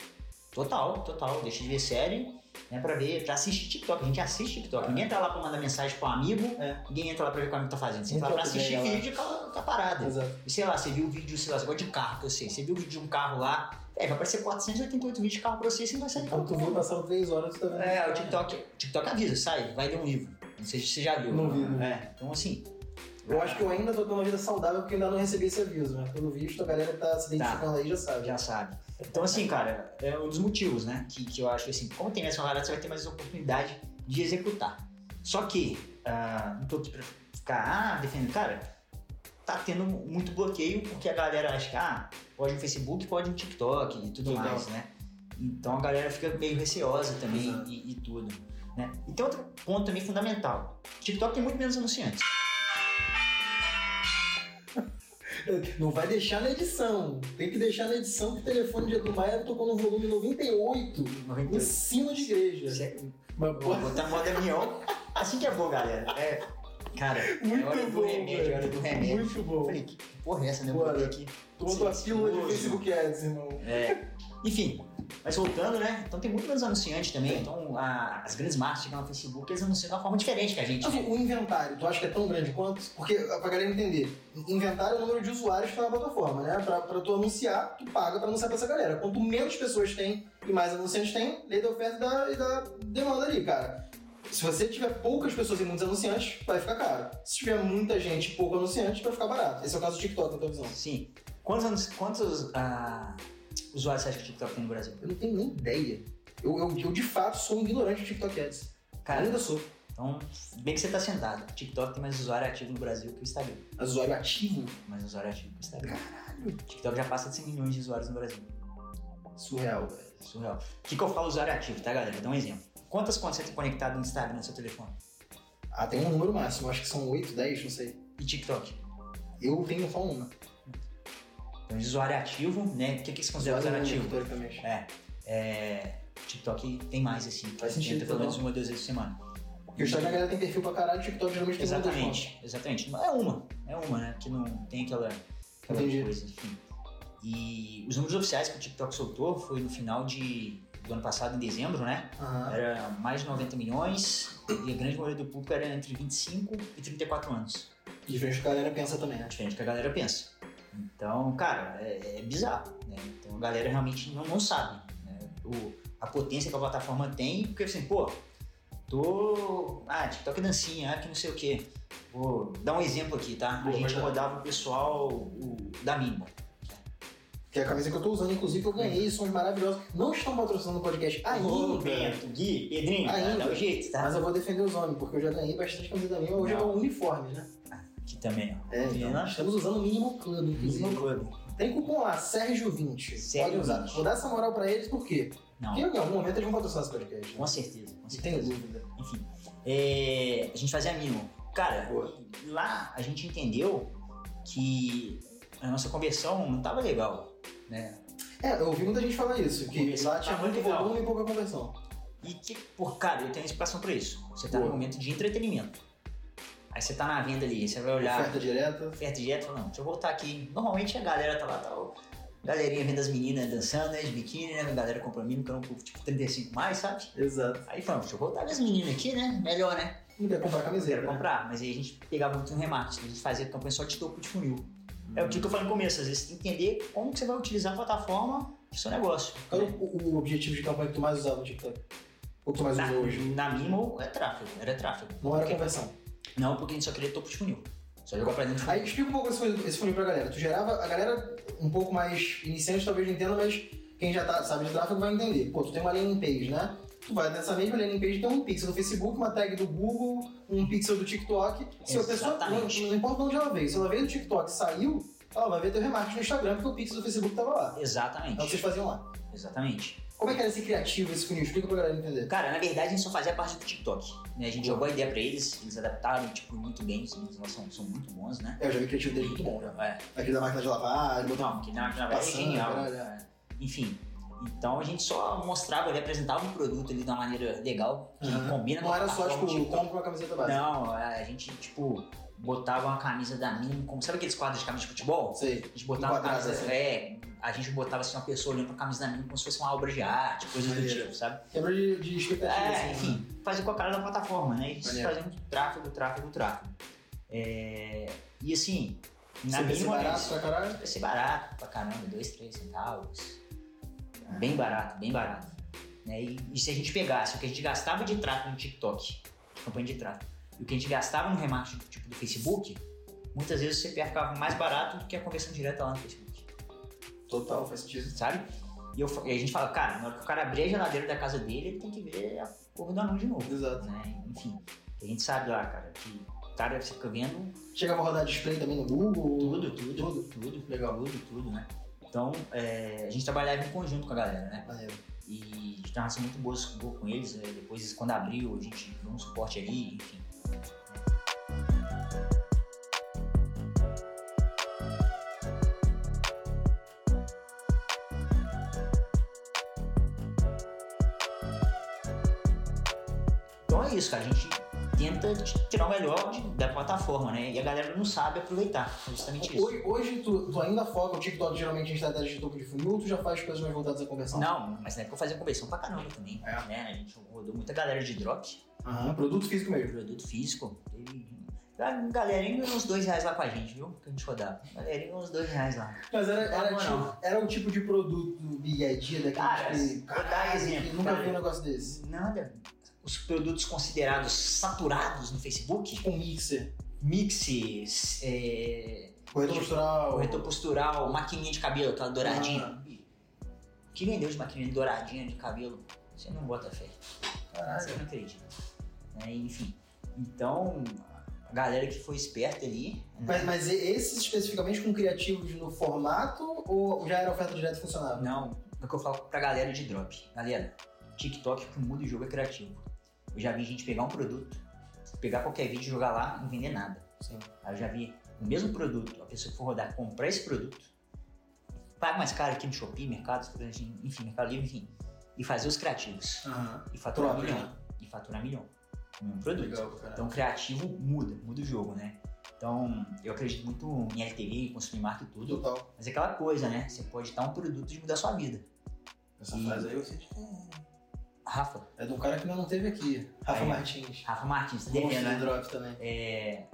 Speaker 3: Total, total. Deixa de ver série, né? Pra ver, pra assistir TikTok. A gente assiste TikTok. Ninguém entra lá pra mandar mensagem pro amigo,
Speaker 2: É.
Speaker 3: ninguém entra lá pra ver o que o amigo tá fazendo. Você
Speaker 2: Muito
Speaker 3: entra lá pra
Speaker 2: bem,
Speaker 3: assistir
Speaker 2: galera.
Speaker 3: vídeo e aquela aquela
Speaker 2: (laughs)
Speaker 3: parada.
Speaker 2: Exato.
Speaker 3: E sei lá, você viu o vídeo, sei lá, você gosta de carro, que eu sei. Você viu o vídeo de um carro lá, é, vai aparecer 488 vídeos de carro pra você e você não vai sair de
Speaker 2: Então tu viu,
Speaker 3: carro.
Speaker 2: passaram três horas, tu tá vendo.
Speaker 3: É, o TikTok, TikTok avisa, sai, vai ler um livro. Não sei se você já viu.
Speaker 2: Não vi, não vi.
Speaker 3: É, então assim.
Speaker 2: Eu acho que eu ainda tô tendo uma vida saudável porque eu ainda não recebi esse aviso, mas pelo visto a galera que tá se identificando aí já sabe.
Speaker 3: já sabe. Então, assim, cara, é um dos motivos, né? Que, que eu acho assim, como tem essa variedade, você vai ter mais oportunidade de executar. Só que, ah, não tô aqui pra ficar ah, defendendo, cara, tá tendo muito bloqueio porque a galera acha que, ah, pode no Facebook, pode no TikTok e tudo
Speaker 2: Total.
Speaker 3: mais, né? Então a galera fica meio receosa também
Speaker 2: Exato.
Speaker 3: e, e tudo. Né? E tem outro ponto também fundamental. TikTok tem muito menos anunciantes.
Speaker 2: Não vai deixar na edição. Tem que deixar na edição que o telefone de Edu Maia tocou no volume 98, um
Speaker 3: 98.
Speaker 2: sino de igreja.
Speaker 3: Isso é
Speaker 2: Mas, pô,
Speaker 3: Vou botar moda avião. Assim que é bom, galera. É, cara, é hora
Speaker 2: muito
Speaker 3: do
Speaker 2: bom,
Speaker 3: remédio, é hora do
Speaker 2: velho.
Speaker 3: remédio.
Speaker 2: Muito bom.
Speaker 3: Falei, que porra é essa, né?
Speaker 2: Bora.
Speaker 3: Botei aqui.
Speaker 2: Tu botou a
Speaker 3: Sim,
Speaker 2: pílula de
Speaker 3: sim.
Speaker 2: Facebook Ads, irmão.
Speaker 3: É. Enfim, mas voltando, né? Então tem muito menos anunciantes também.
Speaker 2: Tem.
Speaker 3: Então a- as grandes marcas chegam no Facebook, eles anunciam de uma forma diferente que a gente. né?
Speaker 2: Assim, o inventário, tu acha que é tão grande quanto? Porque, pra galera entender, inventário é o número de usuários que tá na plataforma, né? Pra, pra tu anunciar, tu paga pra anunciar pra essa galera. Quanto menos pessoas tem e mais anunciantes tem, lei da oferta e da, e da demanda ali, cara. Se você tiver poucas pessoas e muitos anunciantes, vai ficar caro. Se tiver muita gente e pouco anunciante, vai ficar barato. Esse é o caso do TikTok, na tua visão.
Speaker 3: Sim. Quantos, anun- quantos ah, usuários você acha que o TikTok tem no Brasil?
Speaker 2: Eu não tenho nem ideia. Eu, eu, eu, de fato sou um ignorante de TikTok Ads.
Speaker 3: Cara,
Speaker 2: Ainda sou.
Speaker 3: então, bem que você tá sentado. O TikTok tem mais usuário ativo no Brasil que o Instagram.
Speaker 2: Mas usuário ativo,
Speaker 3: Mais usuário ativo que o Instagram. Caralho. TikTok já passa de 100 milhões de usuários no Brasil.
Speaker 2: surreal, velho.
Speaker 3: Surreal. O que, que eu falo usuário ativo, tá, galera? Vou dar um exemplo. Quantas contas você tem conectado no Instagram no seu telefone?
Speaker 2: Ah, tem um número máximo, acho que são 8, 10, não sei.
Speaker 3: E TikTok?
Speaker 2: Eu tenho só uma.
Speaker 3: Então, usuário ativo, né? O que, que se considera usuário ativo?
Speaker 2: Teoricamente.
Speaker 3: É, é. TikTok tem mais, assim.
Speaker 2: Faz
Speaker 3: tenta
Speaker 2: sentido, tá
Speaker 3: pelo menos
Speaker 2: total.
Speaker 3: uma ou duas vezes por semana. Então,
Speaker 2: Porque o Instagram a galera tem perfil pra caralho, o TikTok geralmente tem muita gente.
Speaker 3: Exatamente, exatamente. É uma, é uma, né? Que não tem aquela, aquela
Speaker 2: Entendi.
Speaker 3: coisa, enfim. E os números oficiais que o TikTok soltou foi no final de, do ano passado, em dezembro, né?
Speaker 2: Aham.
Speaker 3: Era mais de 90 milhões e a grande maioria do público era entre 25 e 34 anos.
Speaker 2: E Diferente do que a galera pensa também, né?
Speaker 3: diferente do que a galera pensa. Então, cara, é, é bizarro, né? Então a galera realmente não, não sabe né? o, a potência que a plataforma tem, porque assim, pô, tô. Ah, TikTok é dancinha, ah, que não sei o quê. Vou dar um exemplo aqui, tá?
Speaker 2: Boa,
Speaker 3: a gente
Speaker 2: vai lá.
Speaker 3: rodava o pessoal o, da Mimbo.
Speaker 2: Que é a camisa que eu tô usando, inclusive, eu ganhei, sons maravilhosos. Não estão patrocinando o podcast
Speaker 3: Ô,
Speaker 2: ainda.
Speaker 3: Bento, Gui, Pedrinho,
Speaker 2: Ainda.
Speaker 3: dá o jeito, tá?
Speaker 2: Mas eu vou defender os homens, porque eu já ganhei bastante camisa da minha. Hoje eu
Speaker 3: Não.
Speaker 2: dou uniforme, né?
Speaker 3: Aqui também, ó.
Speaker 2: É,
Speaker 3: Vendo?
Speaker 2: então, estamos usando o Minimal Club,
Speaker 3: Mimbo
Speaker 2: inclusive.
Speaker 3: Club.
Speaker 2: Tem cupom lá, Sérgio20. Pode
Speaker 3: Sérgio
Speaker 2: usar.
Speaker 3: 20.
Speaker 2: Vou dar essa moral pra eles, por quê?
Speaker 3: Não,
Speaker 2: Porque em algum momento eles vão patrocinar esse podcast. né?
Speaker 3: com certeza, com
Speaker 2: Não
Speaker 3: certeza.
Speaker 2: tenho dúvida.
Speaker 3: Enfim, é, a gente fazia mimo. Cara,
Speaker 2: Boa.
Speaker 3: lá a gente entendeu que a nossa conversão não tava legal, né?
Speaker 2: É, eu ouvi muita gente falar isso, que
Speaker 3: Conversão
Speaker 2: lá tinha
Speaker 3: tá
Speaker 2: muito
Speaker 3: legal.
Speaker 2: volume e pouca conversão.
Speaker 3: E que, por, cara, eu tenho explicação pra isso. Você tá
Speaker 2: Boa.
Speaker 3: no momento de entretenimento. Aí você tá na venda ali, você vai
Speaker 2: (laughs)
Speaker 3: olhar
Speaker 2: Oferta direta.
Speaker 3: oferta e dieta, fala, não, deixa eu voltar aqui. Normalmente a galera tá lá, tá ó, galerinha vendo as meninas dançando, né, de biquíni, né, a galera comprou mim, que eu não curto, tipo 35 mais, sabe?
Speaker 2: Exato.
Speaker 3: Aí falando, deixa eu voltar nas meninas aqui, né, melhor, né?
Speaker 2: Não quer comprar
Speaker 3: Quero
Speaker 2: camiseta. né?
Speaker 3: comprar, mas aí a gente pegava muito um remate, a gente fazia campanha só de topo de funil. É o que eu falei no começo, às vezes você tem que entender como que você vai utilizar a plataforma do seu negócio.
Speaker 2: Qual é o, o objetivo de campanha que tu mais usava no TikTok? Ou que tu mais
Speaker 3: Na,
Speaker 2: usa hoje?
Speaker 3: na Mimo é tráfego, era tráfego.
Speaker 2: Não era
Speaker 3: Porque-
Speaker 2: conversão.
Speaker 3: não, porque a gente só queria topo de funil. Só jogou pra dentro de
Speaker 2: Aí
Speaker 3: funil.
Speaker 2: explica um pouco esse funil, esse funil pra galera. Tu gerava, a galera um pouco mais iniciante talvez não entenda, mas quem já tá, sabe de tráfego vai entender. Pô, tu tem uma landing page, né? Tu vai nessa mesma landing page, tem um pixel do Facebook, uma tag do Google, um pixel do TikTok. Se a pessoa, não,
Speaker 3: Exatamente.
Speaker 2: não importa onde ela veio, se ela veio do TikTok e saiu, ela vai ver teu remarketing no Instagram, porque o pixel do Facebook tava lá. É o que vocês
Speaker 3: Exatamente,
Speaker 2: faziam lá.
Speaker 3: exatamente.
Speaker 2: Como é que era esse criativo, esse funil? Explica pra galera entender.
Speaker 3: Cara, na verdade a gente só fazia parte do TikTok. Né? A gente jogou a ideia pra eles, eles adaptaram, tipo, muito bem, os meninos lá são, são muito bons, né?
Speaker 2: É, eu já vi criativo deles muito bom já.
Speaker 3: É,
Speaker 2: Aquele da máquina de lavar, botar
Speaker 3: não, que na na verdade é
Speaker 2: Passando, né?
Speaker 3: genial.
Speaker 2: caralho.
Speaker 3: É. Enfim, então a gente só mostrava ali, apresentava o produto ali de uma maneira legal, que
Speaker 2: Aham.
Speaker 3: combina com
Speaker 2: Não
Speaker 3: a
Speaker 2: era só,
Speaker 3: plataforma
Speaker 2: tipo,
Speaker 3: do TikTok.
Speaker 2: compra uma camiseta básica.
Speaker 3: Não, a gente, tipo, botava uma camisa da mim, como sabe aqueles quadros de camisa de futebol?
Speaker 2: Sei.
Speaker 3: A gente botava uma
Speaker 2: Enquadrado, assim.
Speaker 3: camisa, é, a gente botava assim uma pessoa olhando pra camisa da mim como se fosse uma obra de arte, coisas do
Speaker 2: Maneiro.
Speaker 3: tipo, sabe?
Speaker 2: Quebra de, de expectativa,
Speaker 3: É,
Speaker 2: assim.
Speaker 3: enfim, fazer com a cara da plataforma, né? E
Speaker 2: Maneiro.
Speaker 3: fazendo tráfego, tráfego, tráfego. É, E assim, na
Speaker 2: Você vê esse
Speaker 3: mínima.
Speaker 2: barato pra caralho?
Speaker 3: Vai ser barato pra caramba, dois, três centavos. Bem barato, bem barato. Né? E, e se a gente pegasse o que a gente gastava de tráfego no TikTok, de campanha de tráfego, e o que a gente gastava no remate do tipo do Facebook, muitas vezes o CPA ficava mais barato do que a conversão direta lá no Facebook,
Speaker 2: Total, faz sentido.
Speaker 3: sabe? E, eu fa- e a gente fala, cara, na hora que o cara abrir a geladeira da casa dele, ele tem que ver a porra do anúncio de novo
Speaker 2: Exato.
Speaker 3: né? Enfim, a gente sabe lá, cara, que o cara você fica vendo
Speaker 2: Chegava a rodar display também no Google.
Speaker 3: tudo, tudo, tudo, tudo, legal, tudo, tudo, né? Então, é, a gente trabalhava em conjunto com a galera, né?
Speaker 2: Maneiro.
Speaker 3: E a gente tava sendo muito boa, boa com eles. é, Depois, quando abriu, a gente deu um suporte ali, enfim. Então é isso, cara. A gente tenta t- tirar o melhor de- da plataforma, né? E a galera não sabe aproveitar. É Justamente isso.
Speaker 2: Hoje, hoje tu, tu ainda foca o TikTok geralmente em estratégia de topo de funil, ou tu já faz coisas mais voltadas à conversão?
Speaker 3: Não, mas na época eu fazia conversão pra caramba também.
Speaker 2: É.
Speaker 3: Né? A gente rodou muita galera de drop.
Speaker 2: Aham, produto físico mesmo.
Speaker 3: produto físico. Teve... A galerinha ganhou uns dois reais lá com a gente, viu? Que a gente rodava. A galerinha ganhou uns dois reais lá.
Speaker 2: Mas era, era,
Speaker 3: Não,
Speaker 2: tipo- era o tipo de produto do dia a dia daquele
Speaker 3: Cara,
Speaker 2: que,
Speaker 3: vou dar exemplo,
Speaker 2: que nunca
Speaker 3: cara.
Speaker 2: vi um negócio desse.
Speaker 3: Nada. Os produtos considerados saturados no Facebook,
Speaker 2: Com Um mixer,
Speaker 3: mixes, é...
Speaker 2: corretor postural.
Speaker 3: corretor postural, maquininha de cabelo, aquela douradinha.
Speaker 2: Ah,
Speaker 3: Que vendeu de maquininha de douradinha de cabelo? Você não bota fé. Você
Speaker 2: Caralho.
Speaker 3: não acredita. Né? Enfim. Então, a galera que foi esperta ali. né?
Speaker 2: Mas, mas e- esses especificamente com criativos no formato ou já era oferta direta e funcionava?
Speaker 3: Não, é o que eu falo pra galera de drop. Galera, TikTok que muda o jogo é criativo. Eu já vi gente pegar um produto, pegar qualquer vídeo, jogar lá e não vender nada.
Speaker 2: Sim.
Speaker 3: Aí eu já vi o mesmo produto, a pessoa que for rodar, comprar esse produto, paga mais caro aqui no Shopee, mercado, enfim, Mercado Livre, enfim, e fazer os criativos.
Speaker 2: Aham.
Speaker 3: E faturar
Speaker 2: Próprio,
Speaker 3: milhão. E faturar milhão. Com o mesmo produto.
Speaker 2: né? Legal, cara.
Speaker 3: Então, criativo muda, muda o jogo, né? Então, eu acredito muito em LTV, em consumir marketing e tudo,
Speaker 2: Total.
Speaker 3: mas é aquela coisa, né? Você pode estar um produto de mudar sua vida.
Speaker 2: Essa
Speaker 3: E-
Speaker 2: frase aí eu sei.
Speaker 3: Rafa,
Speaker 2: Uhum. É de um cara que ainda não teve aqui. Rafa
Speaker 3: Aí, ó.
Speaker 2: Martins.
Speaker 3: Rafa Martins, tá
Speaker 2: Monstro
Speaker 3: devendo,
Speaker 2: do
Speaker 3: né?
Speaker 2: drop também.
Speaker 3: É,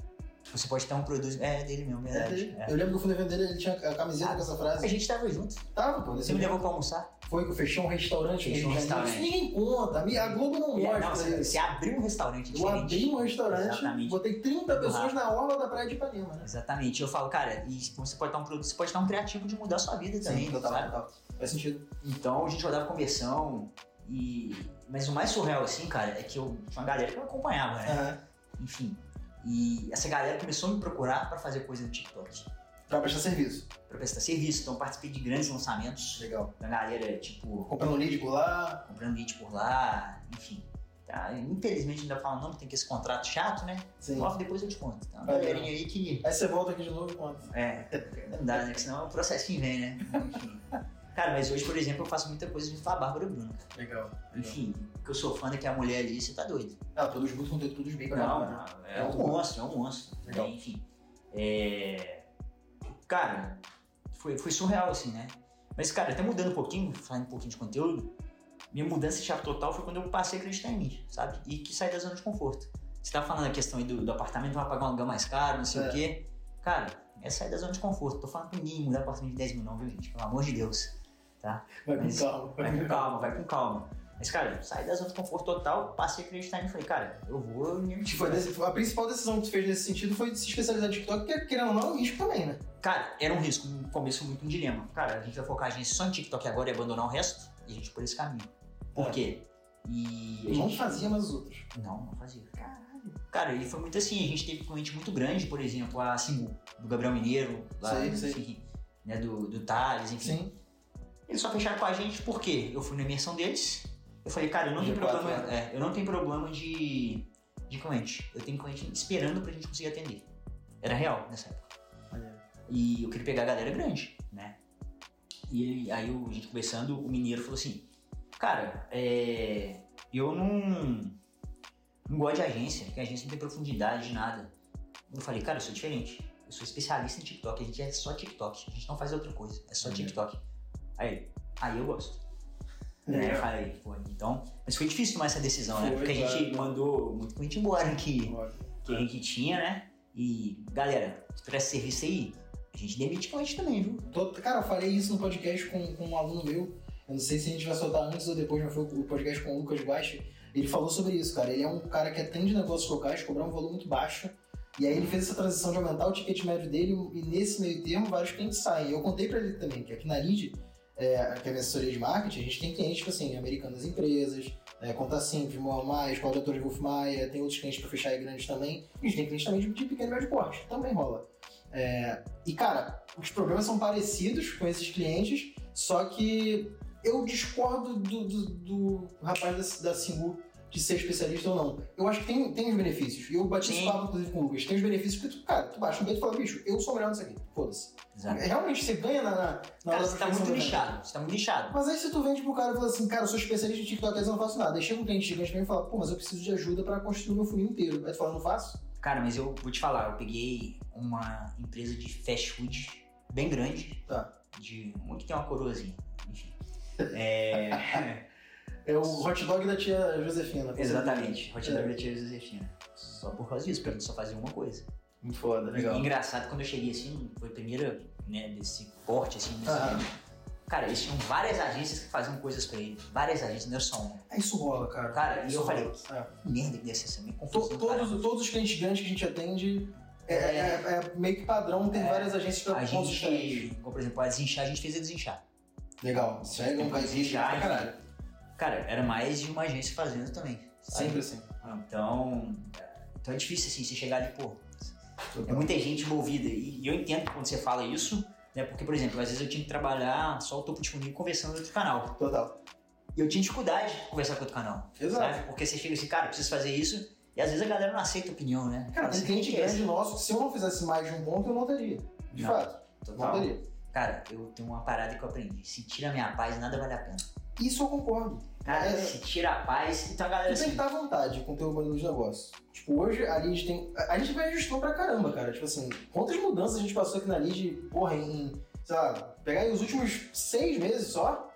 Speaker 3: você pode ter um produto. É dele mesmo,
Speaker 2: É
Speaker 3: verdade.
Speaker 2: dele.
Speaker 3: É.
Speaker 2: Eu lembro que eu fui no evento dele, ele tinha a camiseta
Speaker 3: Ah,
Speaker 2: com essa
Speaker 3: A
Speaker 2: frase.
Speaker 3: gente tava junto.
Speaker 2: Tava, pô. Nesse
Speaker 3: Você me levou pra almoçar?
Speaker 2: Foi que eu fechei um restaurante. aqui
Speaker 3: Fechou um
Speaker 2: em Janeiro.
Speaker 3: restaurante.
Speaker 2: Isso ninguém conta. A minha- a Globo não
Speaker 3: É,
Speaker 2: gosta
Speaker 3: não, você,
Speaker 2: disso.
Speaker 3: você abriu um restaurante
Speaker 2: Eu
Speaker 3: diferente.
Speaker 2: abri um restaurante,
Speaker 3: Exatamente.
Speaker 2: botei 30
Speaker 3: Do
Speaker 2: pessoas
Speaker 3: Rafa.
Speaker 2: na orla da praia de Ipanema, né?
Speaker 3: Exatamente. Eu falo, cara, e você pode estar um produto, você pode estar um criativo de mudar sua vida também, sabe?
Speaker 2: total. Então, Faz sentido.
Speaker 3: Então a gente rodava conversão e. Mas o mais surreal, assim, cara, é que eu tinha uma galera que eu acompanhava, né?
Speaker 2: Aham.
Speaker 3: Enfim. E essa galera começou a me procurar pra fazer coisa no TikTok.
Speaker 2: Pra prestar serviço.
Speaker 3: Pra prestar serviço, então participei de grandes lançamentos.
Speaker 2: Legal.
Speaker 3: da galera, tipo,
Speaker 2: Comprando um lead lá.
Speaker 3: comprando lead por lá, enfim. Tá? Infelizmente ainda fala não, porque tem que esse contrato chato, né?
Speaker 2: Sim.
Speaker 3: Off, depois eu te conto. Tá? Uma
Speaker 2: Valeu.
Speaker 3: galerinha aí que.
Speaker 2: Aí você volta aqui de novo e conta.
Speaker 3: É, não dá, né? Porque senão o processinho vem, né? Enfim. Cara, mas hoje, por exemplo, eu faço muita coisa junto com a Bárbara Bruno.
Speaker 2: Legal.
Speaker 3: Enfim, porque eu sou fã daquela mulher ali, você tá doido.
Speaker 2: Ah, todos juntos vão ter todos bem pra
Speaker 3: Não,
Speaker 2: caramba, né?
Speaker 3: não, é um monstro, é um monstro. né?
Speaker 2: Legal.
Speaker 3: Enfim. É... Cara, foi, foi surreal, assim, né? Mas, cara, até mudando um pouquinho, falando um pouquinho de conteúdo, minha mudança de chave total foi quando eu passei a acreditar em mim, sabe? E que saí da zona de conforto. Você tá falando a questão aí do, do apartamento, vai pagar um aluguel mais caro, não sei
Speaker 2: É.
Speaker 3: o quê. Cara, é sair da zona de conforto. Tô falando com ninguém, mudar apartamento de 10 mil, não, viu, gente? Pelo amor de Deus.
Speaker 2: Vai com
Speaker 3: Mas-
Speaker 2: calma.
Speaker 3: Vai com calma, vai com calma. Mas, cara, saí da zona de conforto total, passei a acreditar em mim. Falei, cara, eu vou me
Speaker 2: Tipo, a dec- a principal decisão que tu fez nesse sentido foi de se especializar no TikTok, que querendo ou não, é um risco também, né?
Speaker 3: Cara, era um risco, no começo muito um dilema. Cara, a gente vai focar a gente só em TikTok agora e abandonar o resto, e a gente por esse caminho. Por
Speaker 2: É.
Speaker 3: quê? E. a
Speaker 2: Eu não
Speaker 3: gente-
Speaker 2: fazia, mas os outros.
Speaker 3: Não, não fazia. Caralho. Cara, ele foi muito assim, a gente teve cliente muito grande, por exemplo, a Simu, do Gabriel Mineiro, lá,
Speaker 2: Sei, sei.
Speaker 3: enfim, né, do, do Thales, enfim.
Speaker 2: Sim.
Speaker 3: Eles só fecharam com a gente porque eu fui na imersão deles. Eu falei, cara, eu não tenho
Speaker 2: G4,
Speaker 3: problema.
Speaker 2: né?"
Speaker 3: é, eu não tenho problema de, de cliente. Eu tenho cliente esperando pra gente conseguir atender. Era real nessa época.
Speaker 2: Maneiro.
Speaker 3: E eu queria pegar a galera grande, né? E ele- aí o- a gente conversando, o mineiro falou assim, cara, é, eu não, não gosto de agência, porque a agência não tem profundidade de nada. Eu falei, cara, eu sou diferente. Eu sou especialista em TikTok, a gente é só TikTok, a gente não faz outra coisa, é só
Speaker 2: Maneiro.
Speaker 3: TikTok. Aí, ele, aí eu gosto. Aí eu
Speaker 2: É.
Speaker 3: falei, pô, então. Mas foi difícil tomar essa decisão, né?
Speaker 2: Foi,
Speaker 3: Porque a gente
Speaker 2: claro.
Speaker 3: mandou muito cliente embora que,
Speaker 2: Óbvio.
Speaker 3: que a gente tinha, né? E, galera, pra esse serviço aí, a gente demite cliente também, viu?
Speaker 2: Tô- Cara, eu falei isso no podcast com, com um aluno meu. Eu não sei se a gente vai soltar antes ou depois, mas foi o podcast com o Lucas Guache. Ele falou sobre isso, cara. Ele é um cara que atende negócios locais, cobrar um valor muito baixo. E aí ele fez essa transição de aumentar o ticket médio dele e nesse meio termo vários clientes saem. Eu contei pra ele também que aqui na Lead, é, que é a minha assessoria de marketing, a gente tem clientes, tipo assim, americanas empresas, é, Conta Simples, Moa Mais, Contrator de Wolf Maia, tem outros clientes pra fechar aí grandes também. E a gente tem clientes também de, de pequeno e médio porte, também rola. É, e cara, os problemas são parecidos com esses clientes, só que eu discordo do, do, do rapaz da, da Singu de ser especialista ou não. Eu acho que tem, tem os benefícios. E eu bati esse
Speaker 3: Sim.
Speaker 2: papo, inclusive, com o Lucas. Tem os benefícios porque tu, cara, tu baixa o dedo e fala, bicho, eu sou melhor nisso aqui. Foda-se. É,
Speaker 3: Exato.
Speaker 2: Realmente, você ganha na. na, na
Speaker 3: Tá. Cara,
Speaker 2: hora
Speaker 3: você
Speaker 2: da
Speaker 3: tá muito
Speaker 2: perfeição, né?
Speaker 3: lixado, você tá muito lixado.
Speaker 2: Mas aí se tu vende pro cara e fala assim, cara, eu sou especialista em TikTok, mas eu não faço nada. Aí chega um cliente gigante pra mim e fala, pô, mas eu preciso de ajuda pra construir meu funil inteiro. Aí tu fala, não faço?
Speaker 3: Cara, mas eu vou te falar, eu peguei uma empresa de fast food bem grande,
Speaker 2: Tá.
Speaker 3: de uma que tem uma coroazinha, enfim. É,
Speaker 2: É o hot dog da tia Josefina. um-
Speaker 3: exatamente, hot
Speaker 2: É.
Speaker 3: dog da tia Josefina. né? Só por causa disso, porque eu só fazia uma coisa.
Speaker 2: É. Muito foda,
Speaker 3: E engraçado, quando eu cheguei assim, foi a primeira, né, desse corte, assim, desse...
Speaker 2: Aham.
Speaker 3: Cara, eles tinham várias agências que faziam coisas pra eles, várias agências, não era só uma.
Speaker 2: Aí isso rola, cara.
Speaker 3: Cara, e
Speaker 2: Isso
Speaker 3: eu
Speaker 2: rola.
Speaker 3: falei,
Speaker 2: É.
Speaker 3: que merda que deve ser essa, minha confusão,
Speaker 2: To-
Speaker 3: cara.
Speaker 2: todos, todos os clientes grandes que a gente atende, é,
Speaker 3: É.
Speaker 2: é- é meio que padrão, tem
Speaker 3: É.
Speaker 2: várias agências pra
Speaker 3: A
Speaker 2: pontos diferentes.
Speaker 3: gente, como, por exemplo, a desinchar, a gente fez a desinchar.
Speaker 2: Legal, isso aí é um casinho de
Speaker 3: Já,
Speaker 2: caralho.
Speaker 3: Cara, era mais de uma agência fazendo também. sabe?
Speaker 2: Sempre assim.
Speaker 3: Então, então é difícil assim, você chegar ali, pô, é muita gente envolvida. E, e eu entendo quando você fala isso, né? Porque, por exemplo, às vezes eu tinha que trabalhar só o topo de funil conversando com outro canal.
Speaker 2: Total.
Speaker 3: E eu tinha dificuldade de conversar com outro canal.
Speaker 2: Exato.
Speaker 3: Sabe? Porque você chega assim, cara, eu preciso fazer isso. E às vezes a galera não aceita a opinião, né?
Speaker 2: Cara,
Speaker 3: Fala
Speaker 2: um
Speaker 3: assim,
Speaker 2: cliente
Speaker 3: "Quem que é
Speaker 2: grande nosso, que se eu não fizesse mais de um ponto, eu não teria. De
Speaker 3: Não.
Speaker 2: fato,
Speaker 3: esse?"
Speaker 2: não
Speaker 3: Total.
Speaker 2: teria.
Speaker 3: Cara, eu tenho uma parada que eu aprendi. Se tira a minha paz, nada vale a pena.
Speaker 2: Isso eu concordo.
Speaker 3: Cara,
Speaker 2: É.
Speaker 3: se tira a paz. Então a galera
Speaker 2: Tu tem que
Speaker 3: assim.
Speaker 2: estar à vontade com o teu modelo de negócio. Tipo, hoje a Lid tem. A a gente vai ajustando pra caramba, cara. Tipo assim, quantas mudanças a gente passou aqui na Lid, porra, em. Sei lá, pegar aí os últimos seis meses só.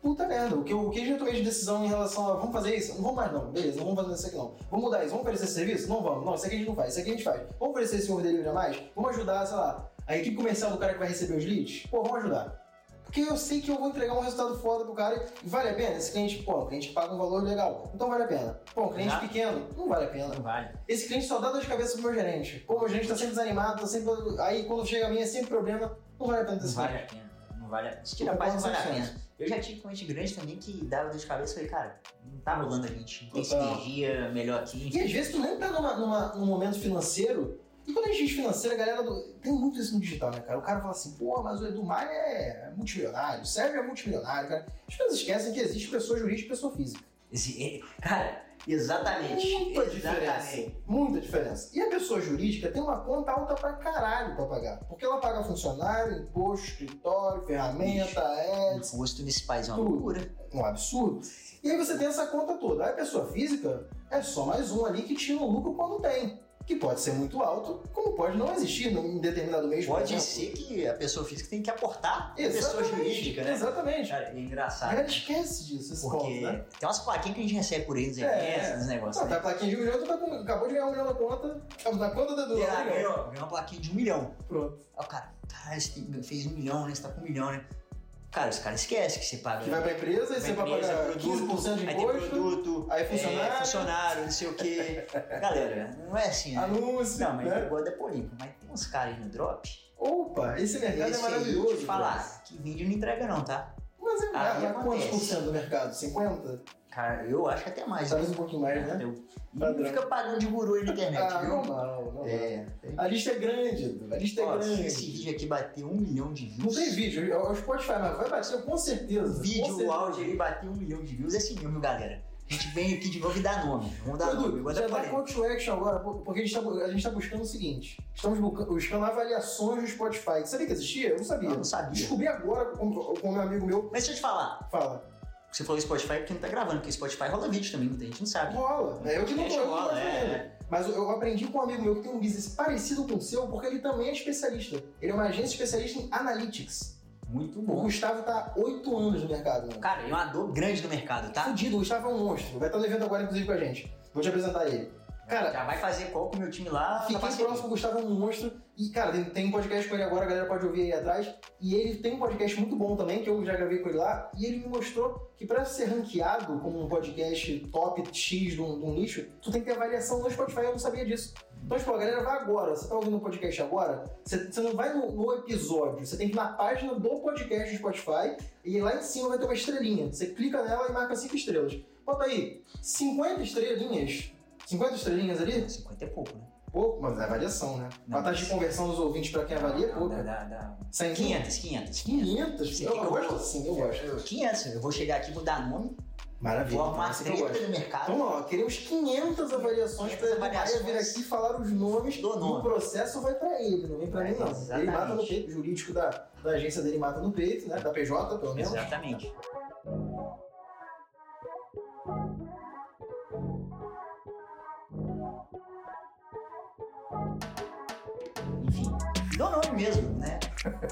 Speaker 2: Puta merda. O que, eu- o que a gente tomei de decisão em relação a vamos fazer isso? Não vamos mais não. Beleza, não vamos fazer isso aqui não. Vamos mudar isso? Vamos oferecer esse serviço? Não vamos. Não, isso aqui a gente não faz. Isso aqui a gente faz. Vamos oferecer esse Uber delivery a mais? Vamos ajudar, sei lá, a equipe comercial do cara que vai receber os leads? Pô, vamos ajudar. Porque eu sei que eu vou entregar um resultado foda pro cara e vale a pena. Esse cliente, pô, um cliente que paga um valor legal, então vale a pena. Pô, um cliente
Speaker 3: Exato.
Speaker 2: pequeno, não vale a pena.
Speaker 3: Não vale.
Speaker 2: Esse cliente só dá dor de cabeça pro meu gerente. Pô, meu gerente tá sempre desanimado, tá sempre. Aí quando chega a mim é sempre problema, não vale a pena ter
Speaker 3: Não
Speaker 2: esse
Speaker 3: vale
Speaker 2: cliente.
Speaker 3: a pena. Não vale a pena. Se tira a paz, não vale a pena. Eu já tive cliente grande também que dava dor de cabeça e falei, cara, não tá rolando a gente, não tem
Speaker 2: Total.
Speaker 3: sinergia melhor aqui.
Speaker 2: E às vezes tu nem tá numa, numa- num momento financeiro. E quando a gente diz financeiro, a galera do- tem muito isso no digital, né, cara? O cara fala assim, pô, mas o Edu Maia é multimilionário, o Sérgio é multimilionário, cara. As pessoas esquecem que existe pessoa jurídica e pessoa física.
Speaker 3: Esse- é- cara, Exatamente.
Speaker 2: Muita diferença.
Speaker 3: Exatamente.
Speaker 2: Muita diferença. E a pessoa jurídica tem uma conta alta pra caralho pra pagar. Porque ela paga funcionário, imposto, escritório, ferramenta, ads,
Speaker 3: Imposto nesse país é uma
Speaker 2: Tudo.
Speaker 3: loucura.
Speaker 2: um absurdo. E aí você tem essa conta toda. Aí a pessoa física é só mais um ali que tira o lucro quando tem. Que pode ser muito alto, como pode não existir num determinado mês. por
Speaker 3: Pode
Speaker 2: exemplo.
Speaker 3: ser que a pessoa física tem que aportar a pessoa
Speaker 2: Exatamente,
Speaker 3: jurídica, né?
Speaker 2: Exatamente.
Speaker 3: Cara, é
Speaker 2: A
Speaker 3: engraçado.
Speaker 2: galera esquece disso, esse
Speaker 3: Porque
Speaker 2: ponto, né?
Speaker 3: tem umas plaquinhas que a gente recebe por eles,
Speaker 2: É.
Speaker 3: é. esses negócios.
Speaker 2: Não,
Speaker 3: né?
Speaker 2: tá a plaquinha de um milhão, tu tá com- acabou de ganhar um milhão na conta, na conta da do
Speaker 3: E
Speaker 2: do
Speaker 3: ela
Speaker 2: milhão.
Speaker 3: ganhou, ganhou uma plaquinha de um milhão.
Speaker 2: Pronto.
Speaker 3: Aí o cara, caralho, você tem- fez um milhão, né? Você tá com um milhão, né? Cara, os caras esquecem que você paga.
Speaker 2: Que vai pra empresa, aí
Speaker 3: Vai
Speaker 2: você vai
Speaker 3: empresa,
Speaker 2: pagar
Speaker 3: produto,
Speaker 2: 15% de
Speaker 3: Aí tem
Speaker 2: imposto,
Speaker 3: produto,
Speaker 2: aí
Speaker 3: é,
Speaker 2: funcionário.
Speaker 3: funcionário, não sei o quê. Galera, não é assim, né?
Speaker 2: anúncio,
Speaker 3: Não, mas eu
Speaker 2: Ah, né?
Speaker 3: gosto da política. Mas tem uns caras aí no drop.
Speaker 2: Opa, esse mercado é
Speaker 3: esse aí,
Speaker 2: maravilhoso. cara.
Speaker 3: te falar, que vende não entrega não, tá?
Speaker 2: Mas é
Speaker 3: Ah,
Speaker 2: nada, mas quantos
Speaker 3: acontece.
Speaker 2: por cento do mercado? 50?
Speaker 3: Cara, eu acho que até mais.
Speaker 2: Talvez um pouquinho mais, né?
Speaker 3: Entendeu? E
Speaker 2: Padrão.
Speaker 3: não fica pagando de guru aí na internet,
Speaker 2: Ah,
Speaker 3: viu?
Speaker 2: não, não, não.
Speaker 3: É.
Speaker 2: A lista é grande, Edu. a lista
Speaker 3: Ó,
Speaker 2: é
Speaker 3: se
Speaker 2: grande.
Speaker 3: esse vídeo aqui bater um milhão de
Speaker 2: Não
Speaker 3: views,
Speaker 2: tem vídeo, é o Spotify, mas vai bater com certeza.
Speaker 3: o
Speaker 2: com
Speaker 3: vídeo, o
Speaker 2: certeza.
Speaker 3: áudio aí bater um milhão de views, é assim mesmo, galera. A gente vem aqui de novo e dá nome. Vamos dar nome.
Speaker 2: Edu,
Speaker 3: Agora
Speaker 2: já
Speaker 3: dá
Speaker 2: dá
Speaker 3: polêmica.
Speaker 2: call to action agora, por- porque a gente, tá, a gente tá buscando o seguinte: estamos bu- buscando avaliações do Spotify. Sabia que existia? Eu não sabia.
Speaker 3: Eu não sabia.
Speaker 2: Descobri agora com o meu amigo meu.
Speaker 3: Mas deixa eu te falar.
Speaker 2: Fala,
Speaker 3: Você falou Spotify porque não tá gravando, porque Spotify rola vídeo também, muita gente não sabe.
Speaker 2: rola. É eu que não tô
Speaker 3: Deixa
Speaker 2: eu que não tô
Speaker 3: rola,
Speaker 2: fazendo.
Speaker 3: é.
Speaker 2: Mas eu- eu aprendi com um amigo meu que tem um business parecido com o seu, porque ele também é especialista. Ele é uma agência especialista em analytics.
Speaker 3: Muito
Speaker 2: O
Speaker 3: bom.
Speaker 2: Gustavo tá oito anos no mercado, mano.
Speaker 3: Cara, é uma dor grande no mercado, tá?
Speaker 2: Fudido, o Gustavo é um monstro. Vai estar no evento agora, inclusive, com a gente. Vou te apresentar ele. Cara,
Speaker 3: Já vai fazer qual com o meu time lá?
Speaker 2: fiquei
Speaker 3: na parceria.
Speaker 2: próximo, o Gustavo é um monstro. E, cara, tem, tem um podcast com ele agora, a galera pode ouvir aí atrás. E ele tem um podcast muito bom também, que eu já gravei com ele lá. E ele me mostrou que pra ser ranqueado como um podcast top X de um, de um nicho, tu tem que ter avaliação no Spotify, eu não sabia disso. Então, tipo, a galera vai agora. Você tá ouvindo o podcast agora, você, você não vai no, no episódio, você tem que ir na página do podcast do Spotify e lá em cima vai ter uma estrelinha. Você clica nela e marca cinco estrelas. Bota aí, 50 estrelinhas. 50 estrelinhas ali?
Speaker 3: 50 é pouco, né?
Speaker 2: Pouco, mas é avaliação, né?
Speaker 3: Não.
Speaker 2: a taxa de conversão dos ouvintes pra quem avalia é pouca.
Speaker 3: Dá, dá, dá.
Speaker 2: 100
Speaker 3: 500, 500, 500.
Speaker 2: 500?
Speaker 3: Você
Speaker 2: Eu,
Speaker 3: quer que
Speaker 2: eu
Speaker 3: eu
Speaker 2: gosto
Speaker 3: vou?
Speaker 2: assim, eu gosto.
Speaker 3: 500, eu vou chegar aqui, vou dar nome,
Speaker 2: Maravilha.
Speaker 3: vou arrumar
Speaker 2: assim que eu
Speaker 3: treta
Speaker 2: gosto.
Speaker 3: no mercado.
Speaker 2: Então, ó, queremos 500 avaliações pra ele
Speaker 3: Avaliações.
Speaker 2: vir aqui falar os nomes
Speaker 3: Do nome.
Speaker 2: O processo vai pra ele, não vem pra mim, não. Ele
Speaker 3: Exatamente.
Speaker 2: mata no peito, o jurídico da, da agência dele mata no peito, né? Da PJ, pelo menos.
Speaker 3: Exatamente. Enfim, dou nome mesmo, né?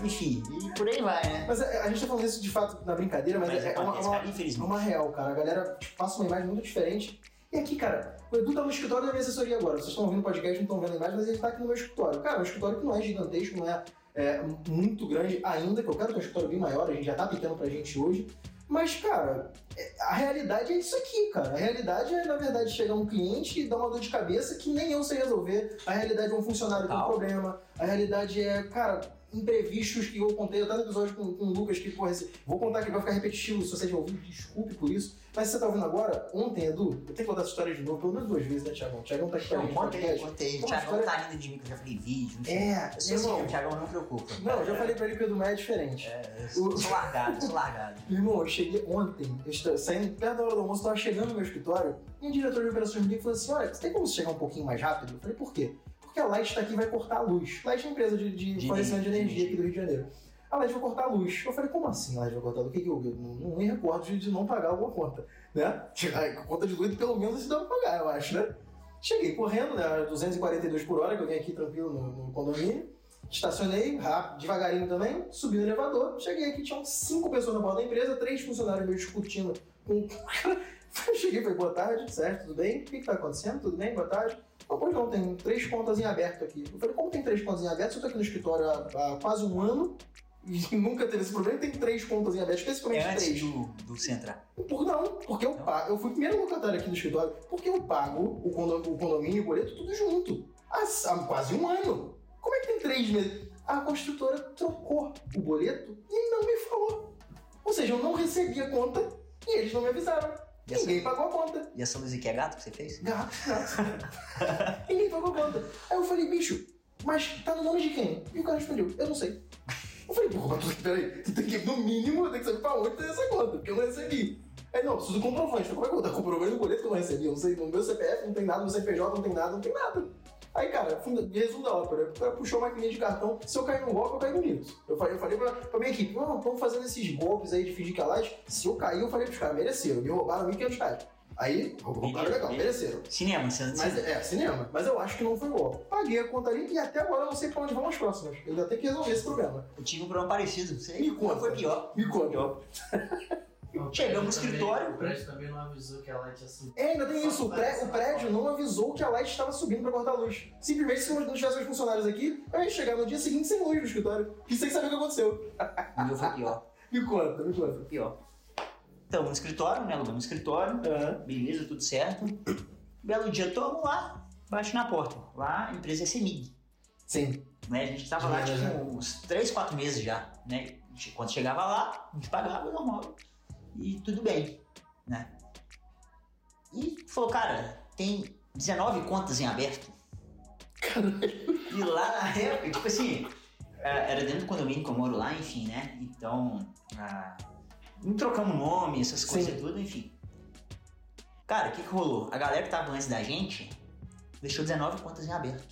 Speaker 3: Enfim, e por aí vai, né?
Speaker 2: Mas é- a, gente tá falando isso de fato na brincadeira, mas,
Speaker 3: Mas
Speaker 2: é, é uma,
Speaker 3: acontece,
Speaker 2: uma,
Speaker 3: cara,
Speaker 2: é
Speaker 3: infelizmente.
Speaker 2: uma real, cara. A galera tipo, passa uma imagem muito diferente. E aqui, cara, o Edu tá no escritório da minha assessoria agora. Vocês estão ouvindo o podcast, não estão vendo a imagem, mas ele tá aqui no meu escritório. Cara, um escritório que não é gigantesco, não é, é, muito grande ainda, que eu quero que o escritório bem maior, a gente já tá pequeno pra gente hoje. Mas, cara, é- a realidade é isso aqui, cara. A realidade é, na verdade, chegar um cliente e dar uma dor de cabeça que nem eu sei resolver. A realidade é um funcionário com
Speaker 3: Tal.
Speaker 2: problema. A realidade é, cara, imprevistos que eu contei até no episódio com, com o Lucas, que, porra, esse- vou contar que vai ficar repetitivo, se você já ouviu, desculpe por isso. Mas se você tá ouvindo agora, ontem, Edu, eu tenho que contar essa história de novo, pelo menos duas vezes, né, Tiagão? Tiagão tá aqui com a
Speaker 3: Então,
Speaker 2: gente no
Speaker 3: contei,
Speaker 2: podcast.
Speaker 3: contei. O
Speaker 2: Uma
Speaker 3: Thiagão
Speaker 2: história-
Speaker 3: tá rindo de mim, que eu já falei vídeo, não sei.
Speaker 2: É,
Speaker 3: Eu sou assim,
Speaker 2: irmão.
Speaker 3: o Thiagão não preocupa.
Speaker 2: é. Não, eu já falei pra ele que o Edu Maia é diferente.
Speaker 3: É, eu
Speaker 2: O-
Speaker 3: sou, sou largado, sou largado.
Speaker 2: Irmão, eu cheguei ontem, eu estou saindo perto da hora do almoço, estava chegando no meu escritório, e o diretor de operações comigo falou assim: olha, você tem como chegar um pouquinho mais rápido? Eu falei, por quê? Porque a Light está aqui e vai cortar a luz. Light é uma empresa de, de,
Speaker 3: De
Speaker 2: fornecimento de
Speaker 3: energia.
Speaker 2: energia aqui do Rio de Janeiro. A Light vai cortar a luz. Eu falei, como assim a Light vai cortar a luz? O que que eu, eu não, não me recordo de, de não pagar alguma conta, né? (laughs) A conta de luz, pelo menos, se dá pra pagar, eu acho, né? Cheguei correndo, né? era 242 por hora, que eu vim aqui tranquilo no, no condomínio. Estacionei, rápido, devagarinho também, subi no elevador. Cheguei aqui, tinham cinco pessoas na porta da empresa, três funcionários meus discutindo com (laughs) o cara. Cheguei, falei, boa tarde, certo, tudo bem? O que, que tá acontecendo? Tudo bem? Boa tarde. Não, pois não, tem três contas em aberto aqui. Eu falei, como tem três contas em aberto? Se eu tô aqui no escritório há, há quase um ano e (laughs) nunca teve esse problema, tem três contas em aberto,
Speaker 3: É
Speaker 2: especificamente
Speaker 3: antes
Speaker 2: três.
Speaker 3: do, do Central.
Speaker 2: Por não, porque eu
Speaker 3: Não?
Speaker 2: pago. Eu fui o primeiro locatário aqui do escritório, porque eu pago o condo- o condomínio, o boleto, tudo junto. Há, s- há quase um ano. Como é que tem três meses? A construtora trocou o boleto e não me falou. Ou seja, eu não recebi a conta e eles não me avisaram.
Speaker 3: E essa,
Speaker 2: Ninguém pagou a conta.
Speaker 3: e essa luz aqui é gato que você fez?
Speaker 2: Gato, gato. (laughs) Ninguém pagou a conta. Aí eu falei, bicho, mas tá no nome de quem? E o cara respondeu, eu não sei. Eu falei, porra, mas peraí, tu tem que, no mínimo, eu tenho que saber pra onde tem essa conta, porque eu não recebi. Aí não, preciso do comprovante. Como é que eu vou dar comprovante no boleto que eu não recebi? Eu não sei, no meu CPF não tem nada, no CPJ não tem nada, não tem nada. Aí, cara, funda- resumo da ópera. O cara puxou a maquininha de cartão. Se eu cair num golpe, eu caio no Linux. Eu falei, eu falei pra, pra minha equipe, não, estamos fazendo esses golpes aí de fingir que é laje. Se eu cair, eu falei pros caras, mereceram. Me roubaram 1.500 reais. Aí, roubaram legal, mereceram.
Speaker 3: Cinema, você
Speaker 2: Mas
Speaker 3: você-
Speaker 2: é, cinema. Mas eu acho que não foi golpe. Paguei a conta ali e até agora eu não sei pra onde vão as próximas. Eu ainda tenho que resolver esse problema.
Speaker 3: eu tive um problema parecido. Você
Speaker 2: Me conta.
Speaker 3: Foi pior.
Speaker 2: Me
Speaker 3: Foi
Speaker 2: conta.
Speaker 3: pior. Chegamos no escritório.
Speaker 4: O prédio também não avisou que a Light ia subir.
Speaker 2: É, ainda tem isso. O, pré- o prédio não avisou que a light estava subindo para cortar a luz. Simplesmente, se não tivesse os funcionários aqui, eu ia chegar no dia seguinte sem luz no escritório. E sem saber o que aconteceu.
Speaker 3: O meu foi pior.
Speaker 2: Me conta, me conta.
Speaker 3: Foi pior. Então, no escritório, né? Alugamos um escritório.
Speaker 2: Aham.
Speaker 3: Beleza, tudo certo. Belo dia, todo lá, baixo na porta. Lá a empresa é CEMIG.
Speaker 2: Sim.
Speaker 3: Né? A gente tava lá
Speaker 2: Já, já.
Speaker 3: tipo, uns 3, 4 meses já. Né? Quando chegava lá, a gente pagava normal. E tudo bem. Né? E falou, cara, tem 19 contas em aberto. E lá na época, tipo assim, é, era dentro do condomínio que eu moro lá, enfim, né? Então, ah, não trocamos nome, essas
Speaker 2: Sim.
Speaker 3: coisas tudo, enfim. Cara, o que, que rolou? A galera que tava antes da gente deixou 19 contas em aberto.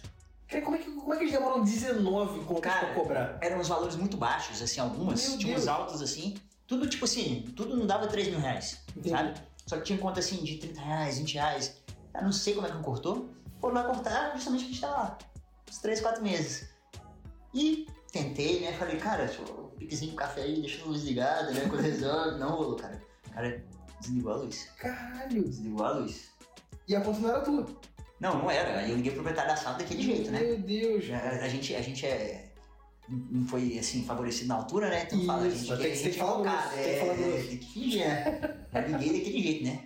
Speaker 2: Cara, como é que, como é que eles demoram 19 contas
Speaker 3: Cara,
Speaker 2: pra cobrar?
Speaker 3: Eram uns valores muito baixos, assim, algumas,
Speaker 2: Meu
Speaker 3: tinha uns
Speaker 2: Deus.
Speaker 3: altos assim. Tudo tipo assim, tudo não dava 3 mil reais,
Speaker 2: Entendi.
Speaker 3: sabe? Só que tinha conta assim de 30 reais, 20 reais. Eu não sei como é que não cortou. Foram lá cortar justamente que a gente tava lá. Uns 3, 4 meses. E tentei, né? Falei, cara, deixa eu- um piquezinho de café aí, deixa a luz ligada, né? Coisa resolve. Não rolou, cara. O cara desligou a luz.
Speaker 2: Caralho.
Speaker 3: Desligou a luz.
Speaker 2: E a conta não era tua.
Speaker 3: Não, não era. Aí eu liguei pro proprietário da sala daquele jeito, né?
Speaker 2: Meu Deus.
Speaker 3: Já- A gente, a gente é. Não foi assim, favorecido na altura, né? Então fala, a gente
Speaker 2: Isso, tem que- tem que falar
Speaker 3: focar,
Speaker 2: grosso, tem que
Speaker 3: é,
Speaker 2: falar grosso.
Speaker 3: Tem que fingir, né? Aí liguei daquele jeito, né?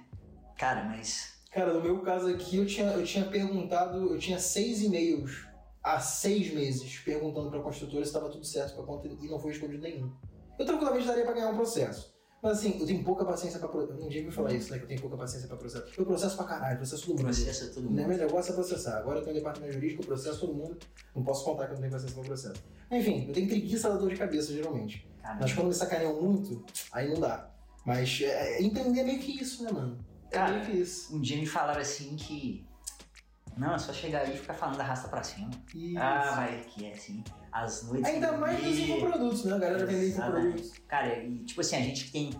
Speaker 3: Cara, mas.
Speaker 2: Cara, no meu caso aqui, eu tinha, eu tinha perguntado, eu tinha seis e-mails há seis meses perguntando pra construtora se estava tudo certo com a conta e não foi respondido nenhum. Eu tranquilamente daria pra ganhar um processo. Mas assim, eu tenho pouca paciência pra. pro- Um dia me falar isso, né? Que eu tenho pouca paciência pra processo. Eu processo pra caralho, processo
Speaker 3: O
Speaker 2: do mundo.
Speaker 3: processo é todo
Speaker 2: Né?
Speaker 3: mundo.
Speaker 2: Meu negócio é processar. Agora eu tenho um departamento jurídico, eu processo todo mundo. Não posso contar que eu não tenho paciência pra processo. Enfim, eu tenho preguiça da dor de cabeça, geralmente.
Speaker 3: Cara,
Speaker 2: Mas quando me sacaneiam muito, aí não dá. Mas é, é entender meio que isso, né, mano? É
Speaker 3: Cara,
Speaker 2: meio que isso.
Speaker 3: um dia me falaram assim que. Não, é só chegar aí e ficar falando arrasta pra cima.
Speaker 2: Isso.
Speaker 3: Ah, é vai que é assim. As noites.
Speaker 2: Ainda mais nos
Speaker 3: dormir.
Speaker 2: infoprodutos, né? A galera vende infoprodutos.
Speaker 3: Cara, e tipo assim, a gente que tem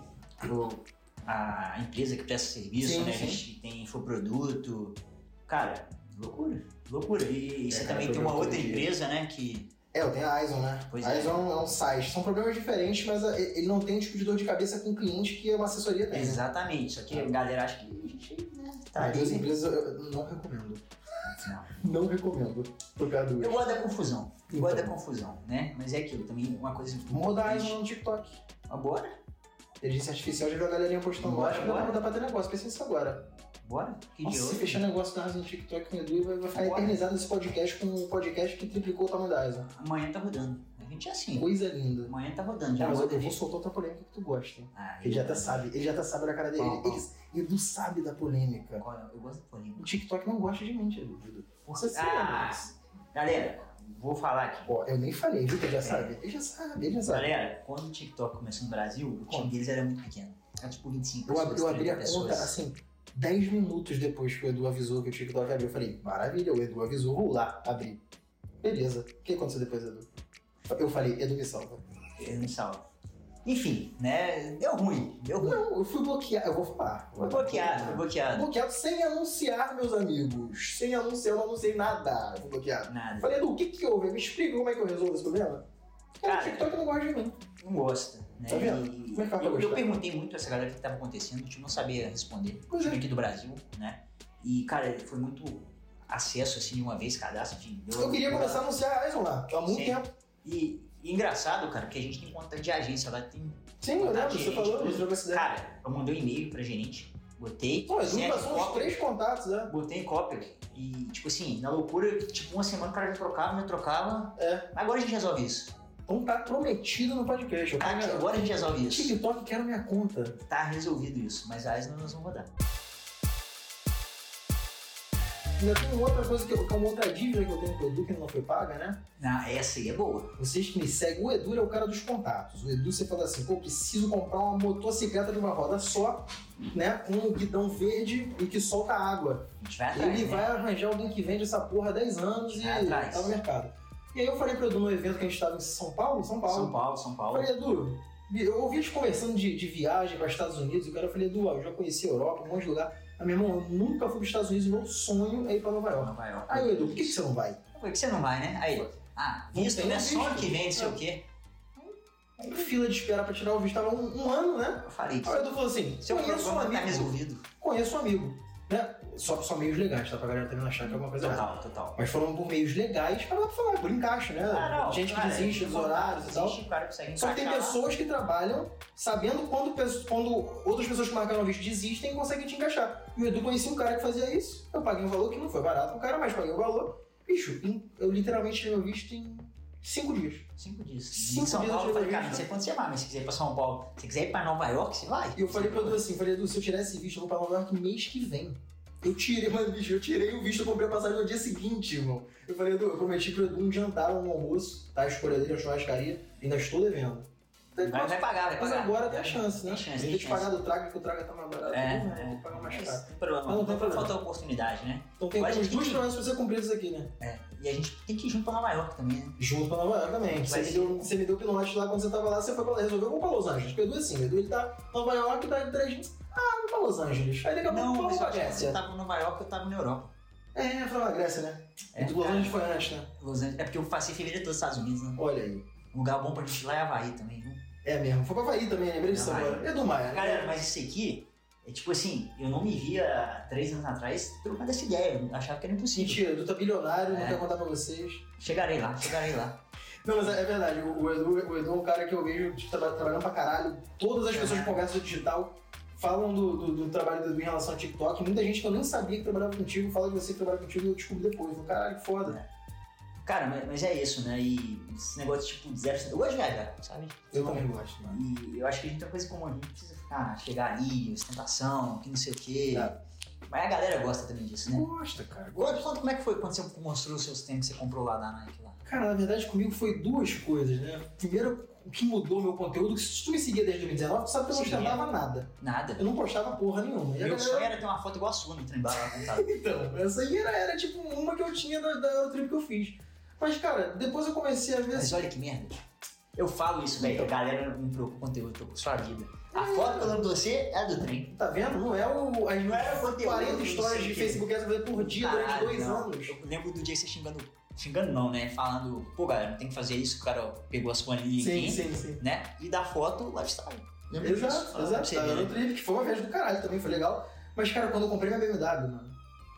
Speaker 3: o- a empresa que presta serviço,
Speaker 2: Sim,
Speaker 3: né?
Speaker 2: sim.
Speaker 3: A gente que tem infoproduto. Cara, loucura, loucura. E,
Speaker 2: É,
Speaker 3: você
Speaker 2: cara,
Speaker 3: também tem
Speaker 2: problema
Speaker 3: uma outra
Speaker 2: todo dia.
Speaker 3: empresa, né? Que.
Speaker 2: É, eu tenho a Aison, né?
Speaker 3: Pois
Speaker 2: a
Speaker 3: é.
Speaker 2: Aison é um site. São problemas diferentes, mas a- ele não tem o tipo de dor de cabeça com o cliente que uma assessoria tem. né?
Speaker 3: Exatamente. Só que a galera acha que a gente, né, tá
Speaker 2: Mas assim, duas
Speaker 3: ali.
Speaker 2: empresas eu- eu não recomendo.
Speaker 3: Não.
Speaker 2: Não recomendo. Por causa do.
Speaker 3: Eu gosto da confusão. Eu gosto da
Speaker 2: Então,
Speaker 3: confusão, né? Mas é aquilo, também uma coisa.
Speaker 2: Vamos né? rodar a Aison no TikTok.
Speaker 3: Ah, Bora?
Speaker 2: Inteligência artificial já viu a galerinha postando lá.
Speaker 3: Bora,
Speaker 2: Acho que dá pra
Speaker 3: bora.
Speaker 2: mudar pra ter negócio. Pensa nisso agora.
Speaker 3: Bora? Que
Speaker 2: Nossa,
Speaker 3: dia
Speaker 2: se
Speaker 3: hoje?
Speaker 2: fechar negócio da Aison no TikTok com o Edu, vai, vai ficar
Speaker 3: Bora.
Speaker 2: eternizado esse podcast com um podcast que triplicou o tamanho da Aison.
Speaker 3: Amanhã tá rodando. A gente é assim.
Speaker 2: Coisa linda.
Speaker 3: Amanhã tá rodando. Já
Speaker 2: Cara, mas eu,
Speaker 3: roda
Speaker 2: eu vou soltar outra polêmica que tu gosta. hein?
Speaker 3: Ah,
Speaker 2: Ele já tá até sabe, ele já até sabe da cara dele.
Speaker 3: Qual,
Speaker 2: Ele,
Speaker 3: qual?
Speaker 2: ele- Edu sabe da polêmica.
Speaker 3: Eu gosto do polêmico.
Speaker 2: O TikTok não gosta de mim, Edu. Edu. Você sabe.
Speaker 3: Ah,
Speaker 2: mas-
Speaker 3: galera, vou falar aqui.
Speaker 2: Ó, eu nem falei, viu? que Ele já sabe. Ele já sabe, ele já sabe.
Speaker 3: Galera, quando o TikTok começou no Brasil, o time
Speaker 2: Quando?
Speaker 3: deles era muito pequeno. Era tipo 25
Speaker 2: Eu, abri- eu
Speaker 3: pessoas,
Speaker 2: abri a
Speaker 3: 30
Speaker 2: conta,
Speaker 3: pessoas.
Speaker 2: assim, 10 minutos depois que o Edu avisou que o TikTok abriu. Eu falei, maravilha, o Edu avisou, vou lá, abri. Beleza. O que aconteceu depois, Edu? Eu falei, Edu me salva.
Speaker 3: Eu não salvo. Enfim, né? Deu ruim. Deu ruim.
Speaker 2: Não, eu fui bloqueado. Eu vou falar.
Speaker 3: Foi bloqueado, foi bloqueado.
Speaker 2: Bloqueado sem anunciar, meus amigos. Sem anunciar, eu não anunciei nada. Eu fui bloqueado. Eu
Speaker 3: Nada.
Speaker 2: Falei, Edu, o que que houve? Me explica como é que eu resolvo esse problema. Cara,
Speaker 3: Cara,
Speaker 2: o TikTok não gosta de mim.
Speaker 3: Não gosta. Né?
Speaker 2: Tá vendo?
Speaker 3: E-
Speaker 2: Como é que ela vai
Speaker 3: eu, eu
Speaker 2: gostar?
Speaker 3: perguntei muito pra essa galera o que estava acontecendo, a gente não sabia responder.
Speaker 2: Pois é.
Speaker 3: Time aqui do Brasil, né? E, cara, foi muito acesso assim de uma vez, cadastro, enfim. deu-
Speaker 2: Eu queria
Speaker 3: deu-
Speaker 2: começar a anunciar a Aison lá, há muito
Speaker 3: Sim.
Speaker 2: tempo.
Speaker 3: E, e engraçado, cara, que a gente tem conta de agência lá, tem
Speaker 2: Sim, eu lembro,
Speaker 3: Verdade,
Speaker 2: você
Speaker 3: gente.
Speaker 2: falou, você trocou essa ideia.
Speaker 3: Cara, eu mandei um e-mail pra gerente, botei,
Speaker 2: Pô, Edu
Speaker 3: certo,
Speaker 2: passou uns
Speaker 3: cópia,
Speaker 2: três contatos, né?
Speaker 3: botei cópia. E, tipo assim, na loucura, tipo, uma semana o cara já trocava, já trocava.
Speaker 2: É.
Speaker 3: Agora a gente resolve isso.
Speaker 2: Então tá prometido no podcast. Eu
Speaker 3: Tá,
Speaker 2: quero minha-
Speaker 3: agora a gente resolve isso.
Speaker 2: TikTok quero minha conta.
Speaker 3: Tá resolvido isso, mas as não nós vamos rodar.
Speaker 2: Ainda tem outra coisa que, eu, que é uma outra dívida que eu tenho com o Edu que não foi paga, né?
Speaker 3: Ah, essa aí é boa.
Speaker 2: Vocês que me seguem, o Edu é o cara dos contatos. O Edu, você fala assim, pô, eu preciso comprar uma motocicleta de uma roda só, né? Com um guidão verde e que solta água.
Speaker 3: A gente vai atrás.
Speaker 2: Ele
Speaker 3: né?
Speaker 2: vai arranjar alguém que vende essa porra há 10 anos e
Speaker 3: Vai atrás.
Speaker 2: tá no mercado. E aí eu falei pro Edu no evento que a gente tava em São Paulo, São Paulo.
Speaker 3: São Paulo, São
Speaker 2: Eu
Speaker 3: Paulo.
Speaker 2: Falei, Edu, eu ouvi eles conversando de, de viagem para Estados Unidos, e o cara eu falei, Edu, ó, eu já conheci a Europa, um monte de lugar. Mas, meu irmão, eu nunca fui para os Estados Unidos, meu sonho é ir para Nova York.
Speaker 3: Nova York.
Speaker 2: Aí, o Edu, por que, que você não vai?
Speaker 3: Por que você não vai, né? Aí, ah, visto,
Speaker 2: Não tem um
Speaker 3: né? Só
Speaker 2: visto.
Speaker 3: que vem, não sei o quê.
Speaker 2: Aí, fila de espera para tirar o visto tava um, um ano, né?
Speaker 3: Eu falei,
Speaker 2: Aí o Edu falou assim,
Speaker 3: seu
Speaker 2: conheço um
Speaker 3: problema tá
Speaker 2: amigo,
Speaker 3: resolvido.
Speaker 2: conheço um amigo, né? Só, só meios legais, tá? Pra galera também não achar que é alguma coisa errada.
Speaker 3: Total, total.
Speaker 2: Mas foram por meios legais, pra lá pra falar, por encaixe, né? Gente que
Speaker 3: cara,
Speaker 2: desiste dos horários e tal.
Speaker 3: Existe, o cara consegue
Speaker 2: Só que tem
Speaker 3: é, encaixar lá.
Speaker 2: pessoas que trabalham sabendo quando, pe- quando outras pessoas que marcaram o visto desistem e conseguem te encaixar. E o Edu conhecia um cara que fazia isso. Eu paguei um valor que não foi barato pro cara, mas paguei o valor. Bicho, em- eu literalmente tirei meu visto em cinco dias.
Speaker 3: Cinco dias.
Speaker 2: Cinco
Speaker 3: em São
Speaker 2: dias
Speaker 3: Paulo, eu
Speaker 2: eu
Speaker 3: falei,
Speaker 2: já
Speaker 3: cara,
Speaker 2: vi,
Speaker 3: não sei
Speaker 2: né?
Speaker 3: quando você vai, mas se quiser ir pra São Paulo, se quiser ir pra Nova York, você vai.
Speaker 2: E eu falei pro Edu assim, falei, Edu, se eu tirar esse visto, eu vou pra Nova York mês que vem. Eu tirei, mano, bicho, eu tirei o visto, eu comprei a passagem no dia seguinte, irmão. Eu falei, Edu, eu prometi pro Edu um jantar, um almoço, tá? A escolha dele, a churrascaria, ainda estou devendo. Então,
Speaker 3: Mas vai pagar, vai
Speaker 2: Mas
Speaker 3: pagar.
Speaker 2: agora tem a chance, né?
Speaker 3: Tem chance,
Speaker 2: Em
Speaker 3: tem
Speaker 2: vez de
Speaker 3: chance.
Speaker 2: pagar do traga, que o traga tá mais barato,
Speaker 3: É,
Speaker 2: né? tem que
Speaker 3: é.
Speaker 2: pagar mais
Speaker 3: Mas
Speaker 2: caro.
Speaker 3: tem problema,
Speaker 2: Mas não
Speaker 3: não
Speaker 2: tem
Speaker 3: vai
Speaker 2: problema.
Speaker 3: faltar oportunidade, né?
Speaker 2: Então tem
Speaker 3: Mas
Speaker 2: uns
Speaker 3: a gente
Speaker 2: duas
Speaker 3: tem-
Speaker 2: problemas pra você cumprir isso aqui, né?
Speaker 3: E a gente tem que ir junto pra Nova York também, né?
Speaker 2: Junto pra Nova York também. Você
Speaker 3: Vai
Speaker 2: me,
Speaker 3: sim.
Speaker 2: deu, você me deu pinote lá quando você tava lá, você foi pra resolveu, vou pra Los Angeles. Porque o Edu é assim, o Edu ele tá em Nova York, tá em três dias. Ah, vou pra Los Angeles. Aí daqui a pouco
Speaker 3: Não,
Speaker 2: vamos
Speaker 3: mas eu
Speaker 2: pra
Speaker 3: acho que você tá
Speaker 2: Grécia.
Speaker 3: tava em Nova York, eu tava na Europa.
Speaker 2: É, foi pra Grécia, né?
Speaker 3: É,
Speaker 2: É, Los
Speaker 3: cara.
Speaker 2: Angeles foi antes, né?
Speaker 3: Los Angeles. É porque eu passei fevereiro todos os Estados Unidos, né?
Speaker 2: Olha aí.
Speaker 3: Um lugar bom pra gente ir lá é Havaí também, viu?
Speaker 2: É mesmo, foi pra Bahia também, lembrei disso
Speaker 3: Havaí.
Speaker 2: agora. Edu Maia. né?
Speaker 3: Galera, mas isso aqui é tipo assim, eu não me via três anos atrás trocando essa ideia, eu achava que era impossível.
Speaker 2: Mentira, o Edu tá bilionário, não
Speaker 3: É.
Speaker 2: quer contar pra vocês.
Speaker 3: Chegarei lá, chegarei lá.
Speaker 2: Não, mas é verdade, o o Edu, o Edu é um cara que eu vejo tipo, traba- trabalhando pra caralho. Todas as pessoas que conversam do digital falam do, do- do trabalho do Edu em relação ao TikTok. Muita gente que eu nem sabia que trabalhava contigo fala de você que trabalha contigo e eu descubro depois. Eu falo, caralho, que foda.
Speaker 3: Cara, mas, mas é isso, né? E esse negócio tipo de 0%. Eu gosto de viajar, sabe?
Speaker 2: Eu também gosto, mano.
Speaker 3: E eu acho que a gente tem coisa comum, a gente não precisa ficar, né, chegar ali, ostentação, que não sei o quê.
Speaker 2: É.
Speaker 3: Mas a galera gosta também disso, né?
Speaker 2: Gosta, cara.
Speaker 3: Agora, conta como é que foi quando você mostrou os seus tênis que você comprou lá da Nike lá.
Speaker 2: Cara, na verdade comigo foi duas coisas, né? Primeiro, o que mudou meu conteúdo, que se tu me seguia desde 2019, tu sabe que eu não
Speaker 3: Seguia.
Speaker 2: postava nada.
Speaker 3: Nada.
Speaker 2: Eu não postava porra nenhuma. E a
Speaker 3: Meu
Speaker 2: galera-
Speaker 3: sonho era ter uma foto igual a sua no trem bala lá no computador.
Speaker 2: Então, essa aí era, era tipo uma que eu tinha da, da Eurotrip que eu fiz. Mas, cara, depois eu comecei a ver assim,
Speaker 3: Mas olha que merda. Eu falo isso, velho. A galera não me preocupa com o conteúdo, eu preocupo com sua vida. A
Speaker 2: É.
Speaker 3: foto que eu lembro de você é do trem.
Speaker 2: Tá vendo? Não é o. As
Speaker 3: Não é o conteúdo,
Speaker 2: 40
Speaker 3: não
Speaker 2: histórias
Speaker 3: sei
Speaker 2: de
Speaker 3: o quê.
Speaker 2: Facebook que você fazer por dia durante
Speaker 3: Caralho,
Speaker 2: dois
Speaker 3: não.
Speaker 2: anos.
Speaker 3: Eu lembro do dia que você xingando. Xingando não, né? Falando, pô, galera, não tem que fazer isso, o cara pegou as planilhas aqui,
Speaker 2: sim, sim.
Speaker 3: né? E da foto, lifestyle. Lembra disso?
Speaker 2: Exato,
Speaker 3: Fala pra
Speaker 2: exato.
Speaker 3: você
Speaker 2: Tá,
Speaker 3: ver,
Speaker 2: Era
Speaker 3: né?
Speaker 2: um trip que foi uma viagem do caralho também, foi legal. Mas, cara, quando eu comprei minha BMW, mano.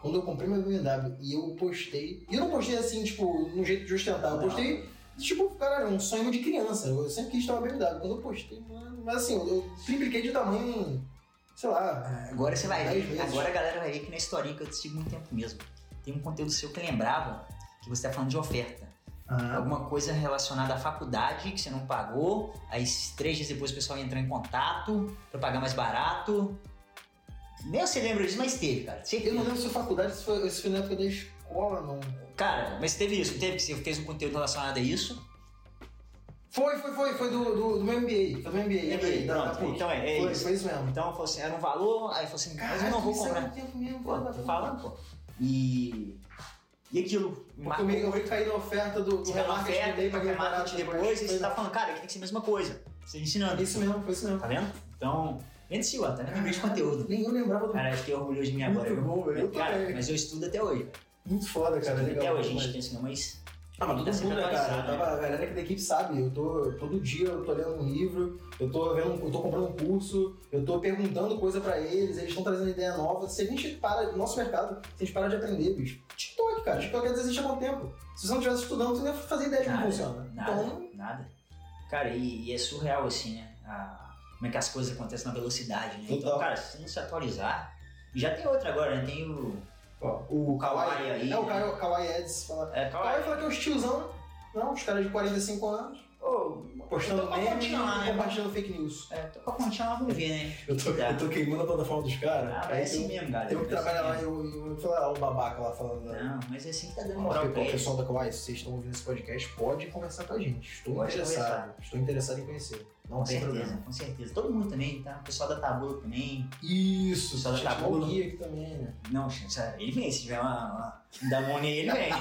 Speaker 2: Quando eu comprei minha BMW e eu postei. E eu não postei assim, tipo, num jeito de ostentar. Eu
Speaker 3: Não.
Speaker 2: postei, tipo, cara, um sonho de criança. Eu sempre quis ter uma BMW. Quando eu postei, mano. Mas assim, eu, eu tripliquei de tamanho em. Sei lá.
Speaker 3: Agora você vai
Speaker 2: Dez
Speaker 3: ver,
Speaker 2: vezes.
Speaker 3: agora a galera vai ver que na historinha que eu te sigo muito tempo mesmo. Tem um conteúdo seu que lembrava que você tá falando de oferta.
Speaker 2: Ah,
Speaker 3: Alguma coisa relacionada à faculdade que você não pagou, aí três dias depois o pessoal ia entrar em contato pra pagar mais barato. Nem você lembra disso, mas teve, cara.
Speaker 2: eu não
Speaker 3: Certeza.
Speaker 2: lembro se foi faculdade, se foi, se foi na época da escola, não.
Speaker 3: Cara, mas teve isso, não teve que você fez um conteúdo relacionado a isso.
Speaker 2: Foi, foi, foi, foi do, do, do meu MBA. Foi do meu MBA, lembrei, da- da
Speaker 3: Pronto,
Speaker 2: PUC.
Speaker 3: então é, é
Speaker 2: foi,
Speaker 3: isso.
Speaker 2: foi isso mesmo.
Speaker 3: Então eu falei assim, era um valor, aí eu falei assim, mas eu não vou
Speaker 2: isso é
Speaker 3: comprar.
Speaker 2: muito tempo mesmo,
Speaker 3: Pô,
Speaker 2: cara.
Speaker 3: tô falando, pô. E. E aquilo,
Speaker 2: Porque eu meio, eu meio caí na oferta do, do
Speaker 3: Você vai na
Speaker 2: remarketing que
Speaker 3: oferta,
Speaker 2: eu dei,
Speaker 3: tem
Speaker 2: paguei é barato
Speaker 3: marketing depois, e você tá falando, cara, aqui tem que ser a mesma coisa. Você ensinando.
Speaker 2: Isso mesmo, foi isso mesmo.
Speaker 3: Tá vendo? Então, mente ó, tá vendo? Lembrei de conteúdo.
Speaker 2: Nem eu lembrava do.
Speaker 3: Cara, eu fiquei orgulhoso de mim agora.
Speaker 2: Muito
Speaker 3: viu?
Speaker 2: bom, velho. Eu
Speaker 3: Cara,
Speaker 2: também.
Speaker 3: mas eu estudo até hoje.
Speaker 2: Muito foda, cara.
Speaker 3: Estudo
Speaker 2: Legal.
Speaker 3: até hoje, a
Speaker 2: demais.
Speaker 3: gente pensa, não, mas.
Speaker 2: Ah, mas
Speaker 3: Tá
Speaker 2: todo mundo,
Speaker 3: sempre
Speaker 2: né, cara? Eu
Speaker 3: atualizado,
Speaker 2: tava, a galera aqui da equipe sabe, eu tô todo dia, eu tô lendo um livro, eu tô vendo, eu tô comprando um curso, eu tô perguntando coisa pra eles, eles estão trazendo ideia nova. Se a gente para, nosso mercado, se a gente para de aprender, bicho. TikTok, cara, TikTok já existe há quanto tempo? Se você não estivesse estudando, você não ia fazer ideia de como funciona.
Speaker 3: nada,
Speaker 2: Então,
Speaker 3: nada. Cara, e, e é surreal assim, né? A- como é que as coisas acontecem na velocidade,
Speaker 2: Total.
Speaker 3: né? Então, cara, se não se atualizar. E já tem outra agora, né? Tem o.
Speaker 2: ó, o
Speaker 3: Kawaii
Speaker 2: Kawaii
Speaker 3: aí,
Speaker 2: É o
Speaker 3: né?
Speaker 2: Kawaii, Kawaii Eds, fala.
Speaker 3: É,
Speaker 2: Kawaii
Speaker 3: Kawaii.
Speaker 2: fala que é os tiozão, não, os caras de 45 anos.
Speaker 3: Ô,
Speaker 2: postando
Speaker 3: Eu tô pra
Speaker 2: meme e
Speaker 3: continuar, né?
Speaker 2: compartilhando fake news.
Speaker 3: É, tô com a pontinha lá, vamos ver, né?
Speaker 2: Eu tô,
Speaker 3: Tá.
Speaker 2: eu tô queimando a plataforma dos caras.
Speaker 3: Ah,
Speaker 2: aí
Speaker 3: é assim
Speaker 2: eu-
Speaker 3: mesmo, galera.
Speaker 2: Eu um que
Speaker 3: é assim
Speaker 2: trabalho lá
Speaker 3: mesmo.
Speaker 2: e eu, eu, eu, lá, o babaca lá falando. né?
Speaker 3: Não, mas é assim que tá dando
Speaker 2: Ó,
Speaker 3: moral pra
Speaker 2: pessoal,
Speaker 3: eles.
Speaker 2: pessoal da Kawai, se vocês estão ouvindo esse podcast, pode conversar com a gente. Estou
Speaker 3: Pode
Speaker 2: interessado. Estou interessado em conhecer. Não
Speaker 3: Com
Speaker 2: tem
Speaker 3: certeza,
Speaker 2: problema.
Speaker 3: com certeza. Todo mundo também, tá? O pessoal da Tabula também.
Speaker 2: Isso,
Speaker 3: Pessoal da
Speaker 2: tinha
Speaker 3: Tabula.
Speaker 2: o Gui aqui também,
Speaker 3: (laughs)
Speaker 2: né?
Speaker 3: Não, chance, ele vem. Se tiver uma, uma um Danone aí, ele vem.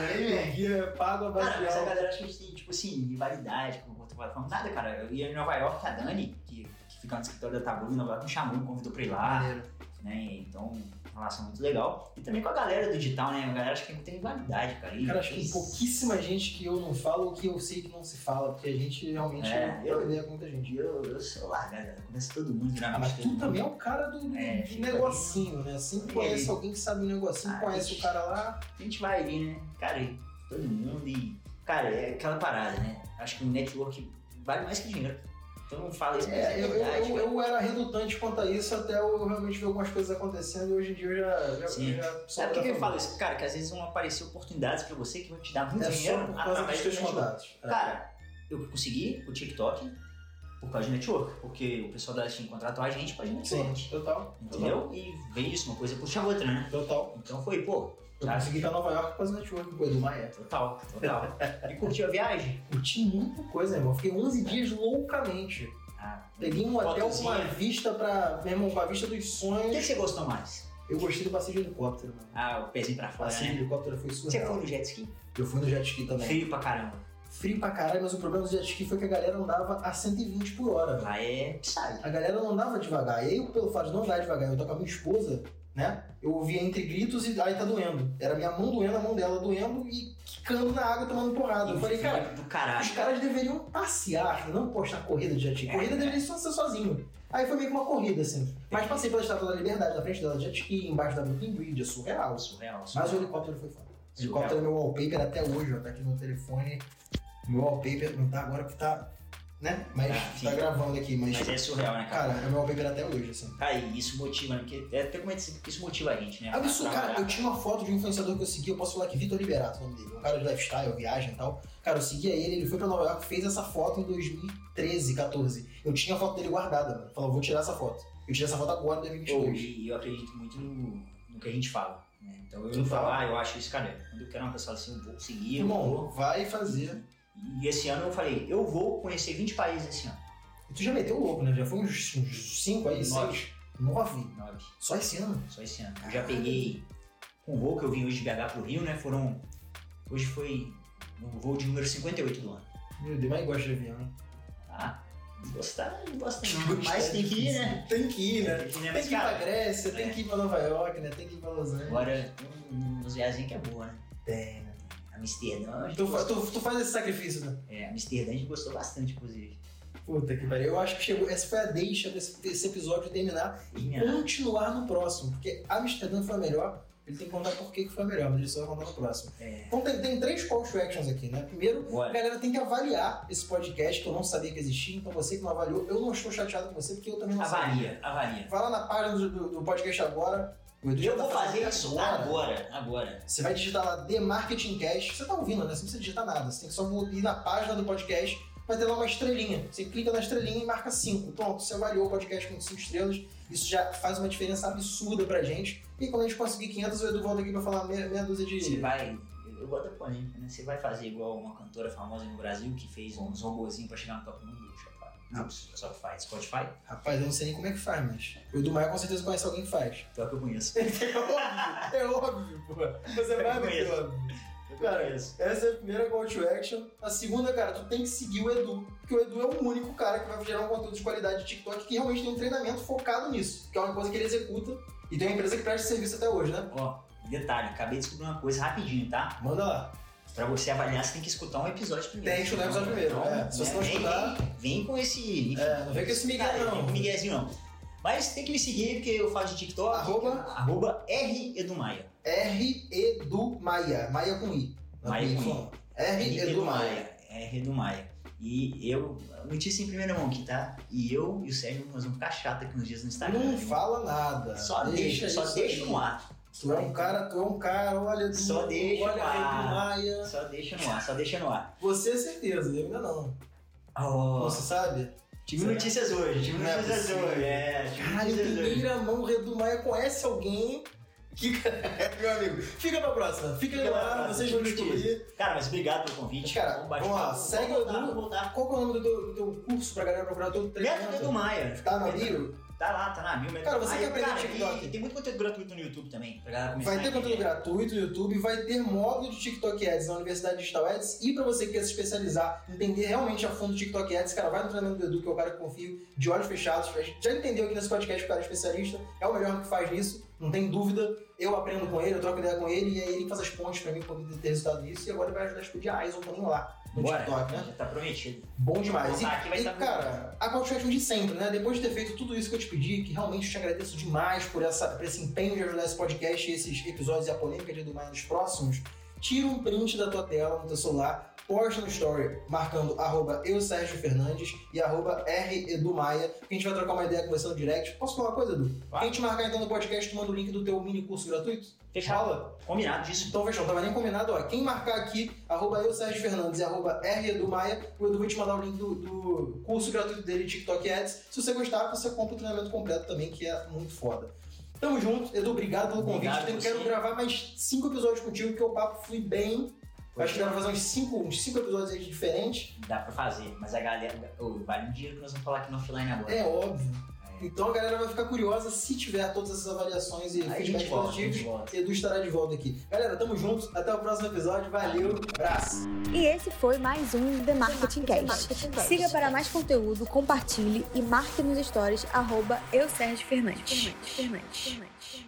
Speaker 3: ele
Speaker 2: O Gui é pago a
Speaker 3: Ah, Cara, mas a
Speaker 2: basear.
Speaker 3: galera acha que tem, tipo assim, rivalidade com o outro vai falando nada, cara. Eu ia em Nova York, a Dani, que, que fica no escritório da Tabula, em Nova York, me chamou, me convidou pra ir lá,
Speaker 2: Maneiro.
Speaker 3: né? Então, uma relação muito legal. E também com a galera do digital, né? A galera acha que não tem rivalidade, cara. E,
Speaker 2: Cara, acho que um pouquíssima gente que eu não falo ou que eu sei que não se fala, porque a gente realmente
Speaker 3: É,
Speaker 2: não tem
Speaker 3: eu-
Speaker 2: ideia com muita gente.
Speaker 3: Eu, eu sou lá, galera. Conheço todo mundo,
Speaker 2: Ah,
Speaker 3: geralmente.
Speaker 2: mas tu também é o cara do, do
Speaker 3: É, fica
Speaker 2: negocinho, né? Sempre
Speaker 3: E
Speaker 2: conhece
Speaker 3: aí?
Speaker 2: alguém que sabe um negocinho,
Speaker 3: Ah,
Speaker 2: conhece
Speaker 3: isso.
Speaker 2: o cara lá.
Speaker 3: A gente vai ali, né? Cara, e todo mundo e. Cara, é aquela parada, né? Acho que o network vale mais que dinheiro. Todo mundo fala isso, mas é,
Speaker 2: É, eu, eu-
Speaker 3: verdade.
Speaker 2: eu-
Speaker 3: cara.
Speaker 2: eu era redundante quanto a isso até eu realmente ver algumas coisas acontecendo e hoje em dia eu já, já,
Speaker 3: Sim.
Speaker 2: já sou
Speaker 3: Sabe por que, que eu
Speaker 2: falo
Speaker 3: falo isso? Cara, que às vezes vão aparecer oportunidades pra você que vão te dar muito
Speaker 2: É só
Speaker 3: dinheiro
Speaker 2: por causa dos
Speaker 3: através do
Speaker 2: teus
Speaker 3: network.
Speaker 2: contatos. É.
Speaker 3: Cara, eu consegui o TikTok por causa de network, porque o pessoal da Steam contratou a gente por causa de
Speaker 2: Sim,
Speaker 3: network.
Speaker 2: total. Total.
Speaker 3: Entendeu? E veio isso, uma coisa puxa a outra, né?
Speaker 2: Total.
Speaker 3: Então foi, pô,
Speaker 2: Eu
Speaker 3: Ah.
Speaker 2: consegui ir pra Nova York por causa do network com o Edu Maia.
Speaker 3: total, total.
Speaker 2: (laughs)
Speaker 3: e curtiu a viagem?
Speaker 2: Curti muita coisa, irmão. Fiquei 11 dias loucamente.
Speaker 3: Ah,
Speaker 2: Peguei um hotel com uma
Speaker 3: Fotozinha.
Speaker 2: vista pra. Meu irmão, com a vista dos
Speaker 3: o que que
Speaker 2: sonhos.
Speaker 3: você gostou mais?
Speaker 2: Eu gostei do passeio de helicóptero, mano.
Speaker 3: Ah, o pezinho pra
Speaker 2: O
Speaker 3: fora,
Speaker 2: passeio
Speaker 3: né?
Speaker 2: de helicóptero foi surreal.
Speaker 3: Você foi no jet ski?
Speaker 2: Eu fui no jet ski também.
Speaker 3: Frio pra caramba.
Speaker 2: Frio pra caralho, mas o problema do jet ski foi que a galera andava a 120 por hora. velho.
Speaker 3: Lá é Psy.
Speaker 2: A galera não andava devagar. E eu, pelo fato de não andar devagar, eu tô com a minha esposa, né? Eu ouvia entre gritos e aí tá doendo. Era minha mão doendo, a mão dela doendo e quicando na água, tomando porrada. Eu falei, cara,
Speaker 3: do
Speaker 2: os
Speaker 3: caralho.
Speaker 2: caras deveriam passear, não postar corrida de jet ski. Corrida deveria só ser sozinho. Aí foi meio que uma corrida, assim. Mas passei pela Estátua da Liberdade, na frente dela, jet ski, embaixo da Brooklyn Bridge, é surreal.
Speaker 3: Surreal,
Speaker 2: Mas o
Speaker 3: surreal.
Speaker 2: helicóptero foi foda. O helicóptero é meu wallpaper até hoje, ó. Tá aqui no telefone. Meu wallpaper não tá agora porque tá. Né? Mas
Speaker 3: Ah, sim.
Speaker 2: tá gravando aqui, mas.
Speaker 3: Mas é surreal, né, cara?
Speaker 2: Cara, é meu wallpaper até hoje, assim.
Speaker 3: Cara, e Tá isso motiva, né? Porque é até como é que isso isso motiva a gente, né?
Speaker 2: Absurdo,
Speaker 3: Pra
Speaker 2: cara. Eu
Speaker 3: trabalhar.
Speaker 2: tinha uma foto de um influenciador que eu segui, eu posso falar que Vitor Liberato, o nome dele. Um cara de lifestyle, viagem e tal. Cara, eu seguia ele, ele foi pra Nova York, fez essa foto em 2013, 14. Eu tinha a foto dele guardada, mano. Falou, vou tirar essa foto. Eu tirei essa foto agora em
Speaker 3: Pô,
Speaker 2: 2022.
Speaker 3: e eu acredito muito no, no que a gente fala. Né? Então eu
Speaker 2: Tu
Speaker 3: não
Speaker 2: fala.
Speaker 3: falar, eu acho isso, cara. Quando eu quero uma pessoa assim, eu vou seguir, eu
Speaker 2: Irmão,
Speaker 3: vou.
Speaker 2: vai fazer.
Speaker 3: E esse ano eu falei, eu vou conhecer 20 países esse ano.
Speaker 2: E tu já meteu o louco, né? Já foi uns 5 aí,
Speaker 3: Nove.
Speaker 2: 6? 9.
Speaker 3: Nove.
Speaker 2: Só esse ano.
Speaker 3: Só esse ano. Eu já peguei um voo que eu vim hoje de BH pro Rio, né? Foram. Hoje foi o voo de número 58 do ano.
Speaker 2: Meu Deus, mas gosta de avião.
Speaker 3: Ah, não gostar, não
Speaker 2: (laughs)
Speaker 3: gosta não. Mas tem que ir, né?
Speaker 2: Tem que ir, né?
Speaker 3: Tem que ir, né?
Speaker 2: Tem
Speaker 3: Mas,
Speaker 2: que ir pra
Speaker 3: cara,
Speaker 2: Grécia, tem
Speaker 3: é.
Speaker 2: que ir pra Nova York, né? Tem que ir pra Los Angeles.
Speaker 3: agora tem um- umas viagens que é boa, né?
Speaker 2: Tem, né?
Speaker 3: Amsterdã, a gente
Speaker 2: Tu, fa-
Speaker 3: gostou-
Speaker 2: tu- tu Então faz esse sacrifício, né?
Speaker 3: É, Amsterdã a gente gostou bastante, inclusive.
Speaker 2: Puta que pariu. Eu acho que chegou. Essa foi a deixa desse, desse episódio terminar e
Speaker 3: Minha-
Speaker 2: continuar no próximo. Porque Amsterdã foi a melhor. Ele tem que contar por que que foi a melhor, mas ele só vai contar no próximo.
Speaker 3: É,
Speaker 2: Então tem, tem três call to actions aqui, né? Primeiro, a
Speaker 3: bora.
Speaker 2: galera tem que avaliar esse podcast, que eu não sabia que existia, então você que não avaliou, eu não estou chateado com você, porque eu
Speaker 3: Ah,
Speaker 2: também não sabia.
Speaker 3: Avalia, avalia.
Speaker 2: Vai lá na página do, do- do podcast agora. O Edu já
Speaker 3: Eu
Speaker 2: tá
Speaker 3: vou fazer
Speaker 2: fazendo
Speaker 3: isso agora, agora.
Speaker 2: Você vai digitar lá The Marketing Cast. Você tá ouvindo, né? Você não precisa digitar nada. Você tem que só ir na página do podcast. Vai ter lá uma estrelinha. Você clica na estrelinha e marca 5. Pronto, você avaliou o podcast com 5 estrelas. Isso já faz uma diferença absurda pra gente. E quando a gente conseguir 500, o Edu volta aqui pra falar meia, meia dúzia
Speaker 3: Você
Speaker 2: de.
Speaker 3: vai. Eu eu gosto da polêmica, né? Você vai fazer igual uma cantora famosa no Brasil que fez uns robozinhos pra chegar no top 1 do Shopify.
Speaker 2: Não.
Speaker 3: Não, Shopify, Spotify.
Speaker 2: Rapaz, eu não sei nem como é que faz, mas. O Edu Maia com certeza conhece alguém que faz. (laughs)
Speaker 3: Pior que eu conheço.
Speaker 2: É óbvio, é óbvio, pô. Você é vai
Speaker 3: Eu conheço.
Speaker 2: óbvio.
Speaker 3: Eu
Speaker 2: Cara,
Speaker 3: conheço.
Speaker 2: Essa é a primeira call to action. A segunda, cara, tu tem que seguir o Edu, porque o Edu é o único cara que vai gerar um conteúdo de qualidade de TikTok que realmente tem um treinamento focado nisso, que é uma coisa que ele executa e tem uma empresa que presta serviço até hoje, né?
Speaker 3: Ó, detalhe, acabei de descobrir uma coisa rapidinho, tá?
Speaker 2: Manda lá.
Speaker 3: Pra você avaliar, você tem que escutar um episódio primeiro.
Speaker 2: Tem que estudar o episódio primeiro, é. Se você não
Speaker 3: vem-
Speaker 2: estudar-
Speaker 3: Vem, vem com esse. enfim,
Speaker 2: É, não vem com esse Miguel,
Speaker 3: cara,
Speaker 2: não.
Speaker 3: Vem com Miguelzinho, não. Mas tem que me seguir, porque eu falo de TikTok. é
Speaker 2: Arroba?
Speaker 3: Arroba R Edumaia.
Speaker 2: R Edu Maia. Maia com I. Não
Speaker 3: Maia
Speaker 2: I,
Speaker 3: com I.
Speaker 2: não. R Edu Maia.
Speaker 3: R Edumaia. É, E eu, notícia em primeira mão aqui, tá? E eu e o Sérgio, nós vamos ficar chato aqui nos dias no Instagram.
Speaker 2: Não
Speaker 3: viu?
Speaker 2: fala nada.
Speaker 3: Só deixa, só
Speaker 2: isso
Speaker 3: deixa
Speaker 2: aí.
Speaker 3: no ar.
Speaker 2: Tu é um cara, tu é um cara, olha Edu.
Speaker 3: Só deixa
Speaker 2: olha
Speaker 3: no ar.
Speaker 2: Edu Maia.
Speaker 3: Só deixa no ar, só deixa no ar.
Speaker 2: Você é certeza, eu ainda não.
Speaker 3: Oh,
Speaker 2: Você sabe?
Speaker 3: tive
Speaker 2: Será?
Speaker 3: notícias hoje, tive
Speaker 2: Não é
Speaker 3: notícias
Speaker 2: possível.
Speaker 3: hoje. É, tive
Speaker 2: Caralho, em
Speaker 3: notícias hoje.
Speaker 2: primeira mão, Redu Maia conhece alguém que. (laughs) Meu amigo, fica pra próxima. Fica,
Speaker 3: Fica pra
Speaker 2: lá,
Speaker 3: próxima,
Speaker 2: vocês vão
Speaker 3: fica
Speaker 2: descobrir.
Speaker 3: Cara, mas obrigado pelo convite.
Speaker 2: Cara,
Speaker 3: Bom bate-papo.
Speaker 2: vamos lá, segue
Speaker 3: Vamos voltar,
Speaker 2: o Edu.
Speaker 3: vamos voltar.
Speaker 2: Qual que é o nome do teu, do teu curso pra galera procurar todo
Speaker 3: Método Edu
Speaker 2: treinamento?
Speaker 3: Maia.
Speaker 2: Tá na bio?
Speaker 3: Tá lá, tá na mil. Método
Speaker 2: Cara, você
Speaker 3: Maia.
Speaker 2: quer aprender
Speaker 3: Cara,
Speaker 2: TikTok?
Speaker 3: e Tem muito conteúdo gratuito no YouTube também, pra galera começar.
Speaker 2: Vai ter
Speaker 3: a entender.
Speaker 2: conteúdo gratuito no YouTube, vai ter módulo de TikTok Ads na Universidade Digital Ads. E pra você que quer se especializar, entender realmente a fundo o TikTok Ads, cara, vai no treinamento do Edu, que é o cara que eu confio, de olhos fechados. A gente já entendeu aqui nesse podcast que o cara é especialista, é o melhor que faz nisso, não tem dúvida. Eu aprendo com ele, eu troco ideia com ele, e é ele que faz as pontes pra mim pra poder ter resultado nisso. E agora ele vai ajudar a estudar ah, a ISO também lá no
Speaker 3: Bora.
Speaker 2: TikTok, né?
Speaker 3: Já tá prometido.
Speaker 2: Bom demais. E,
Speaker 3: Voltar aqui tá vai
Speaker 2: e,
Speaker 3: estar muito
Speaker 2: cara, a call to action de sempre, né? Depois de ter feito tudo isso que eu te pedi, que realmente eu te agradeço demais por, essa, por esse empenho de ajudar esse podcast, esses episódios e a polêmica de mais nos próximos, tira um print da tua tela no teu celular, posta no story marcando arroba eu Sérgio Fernandes e arroba R Edu Maia, que a gente vai trocar uma ideia com você no direct. Posso falar uma coisa, Edu?
Speaker 3: Vai.
Speaker 2: Quem te marcar então no podcast, tu manda o link do teu mini curso gratuito?
Speaker 3: Fechado.
Speaker 2: Fala.
Speaker 3: Combinado disso.
Speaker 2: Então, fechou, não tava nem combinado, ó. Quem marcar aqui, arroba eu, Sérgio Fernandes e arroba R Edu Maia, o Edu vai te mandar o link do, do curso gratuito dele, TikTok Ads. Se você gostar, você compra o treinamento completo também, que é muito foda. Tamo junto, Edu, obrigado pelo convite.
Speaker 3: Obrigado,
Speaker 2: Tenho- quero
Speaker 3: você.
Speaker 2: gravar mais cinco episódios contigo, porque o papo foi bem. Acho que dá pra fazer uns cinco, uns cinco episódios aí diferentes.
Speaker 3: Dá pra fazer, mas a galera. Ô, vale um dinheiro que nós vamos falar aqui no offline agora.
Speaker 2: É óbvio. Então a galera vai ficar curiosa se tiver todas essas avaliações e
Speaker 3: Aí a gente
Speaker 2: feedbacks
Speaker 3: volta, a gente
Speaker 2: positivos.
Speaker 3: volta.
Speaker 2: Edu estará de volta aqui. Galera, tamo junto. Até o próximo episódio. Valeu. Abraço.
Speaker 1: E esse foi mais um The Marketing Cast. Siga para mais conteúdo, compartilhe e marque nos stories arroba eu Sérgio Fernandes. Fernandes, Fernandes, Fernandes.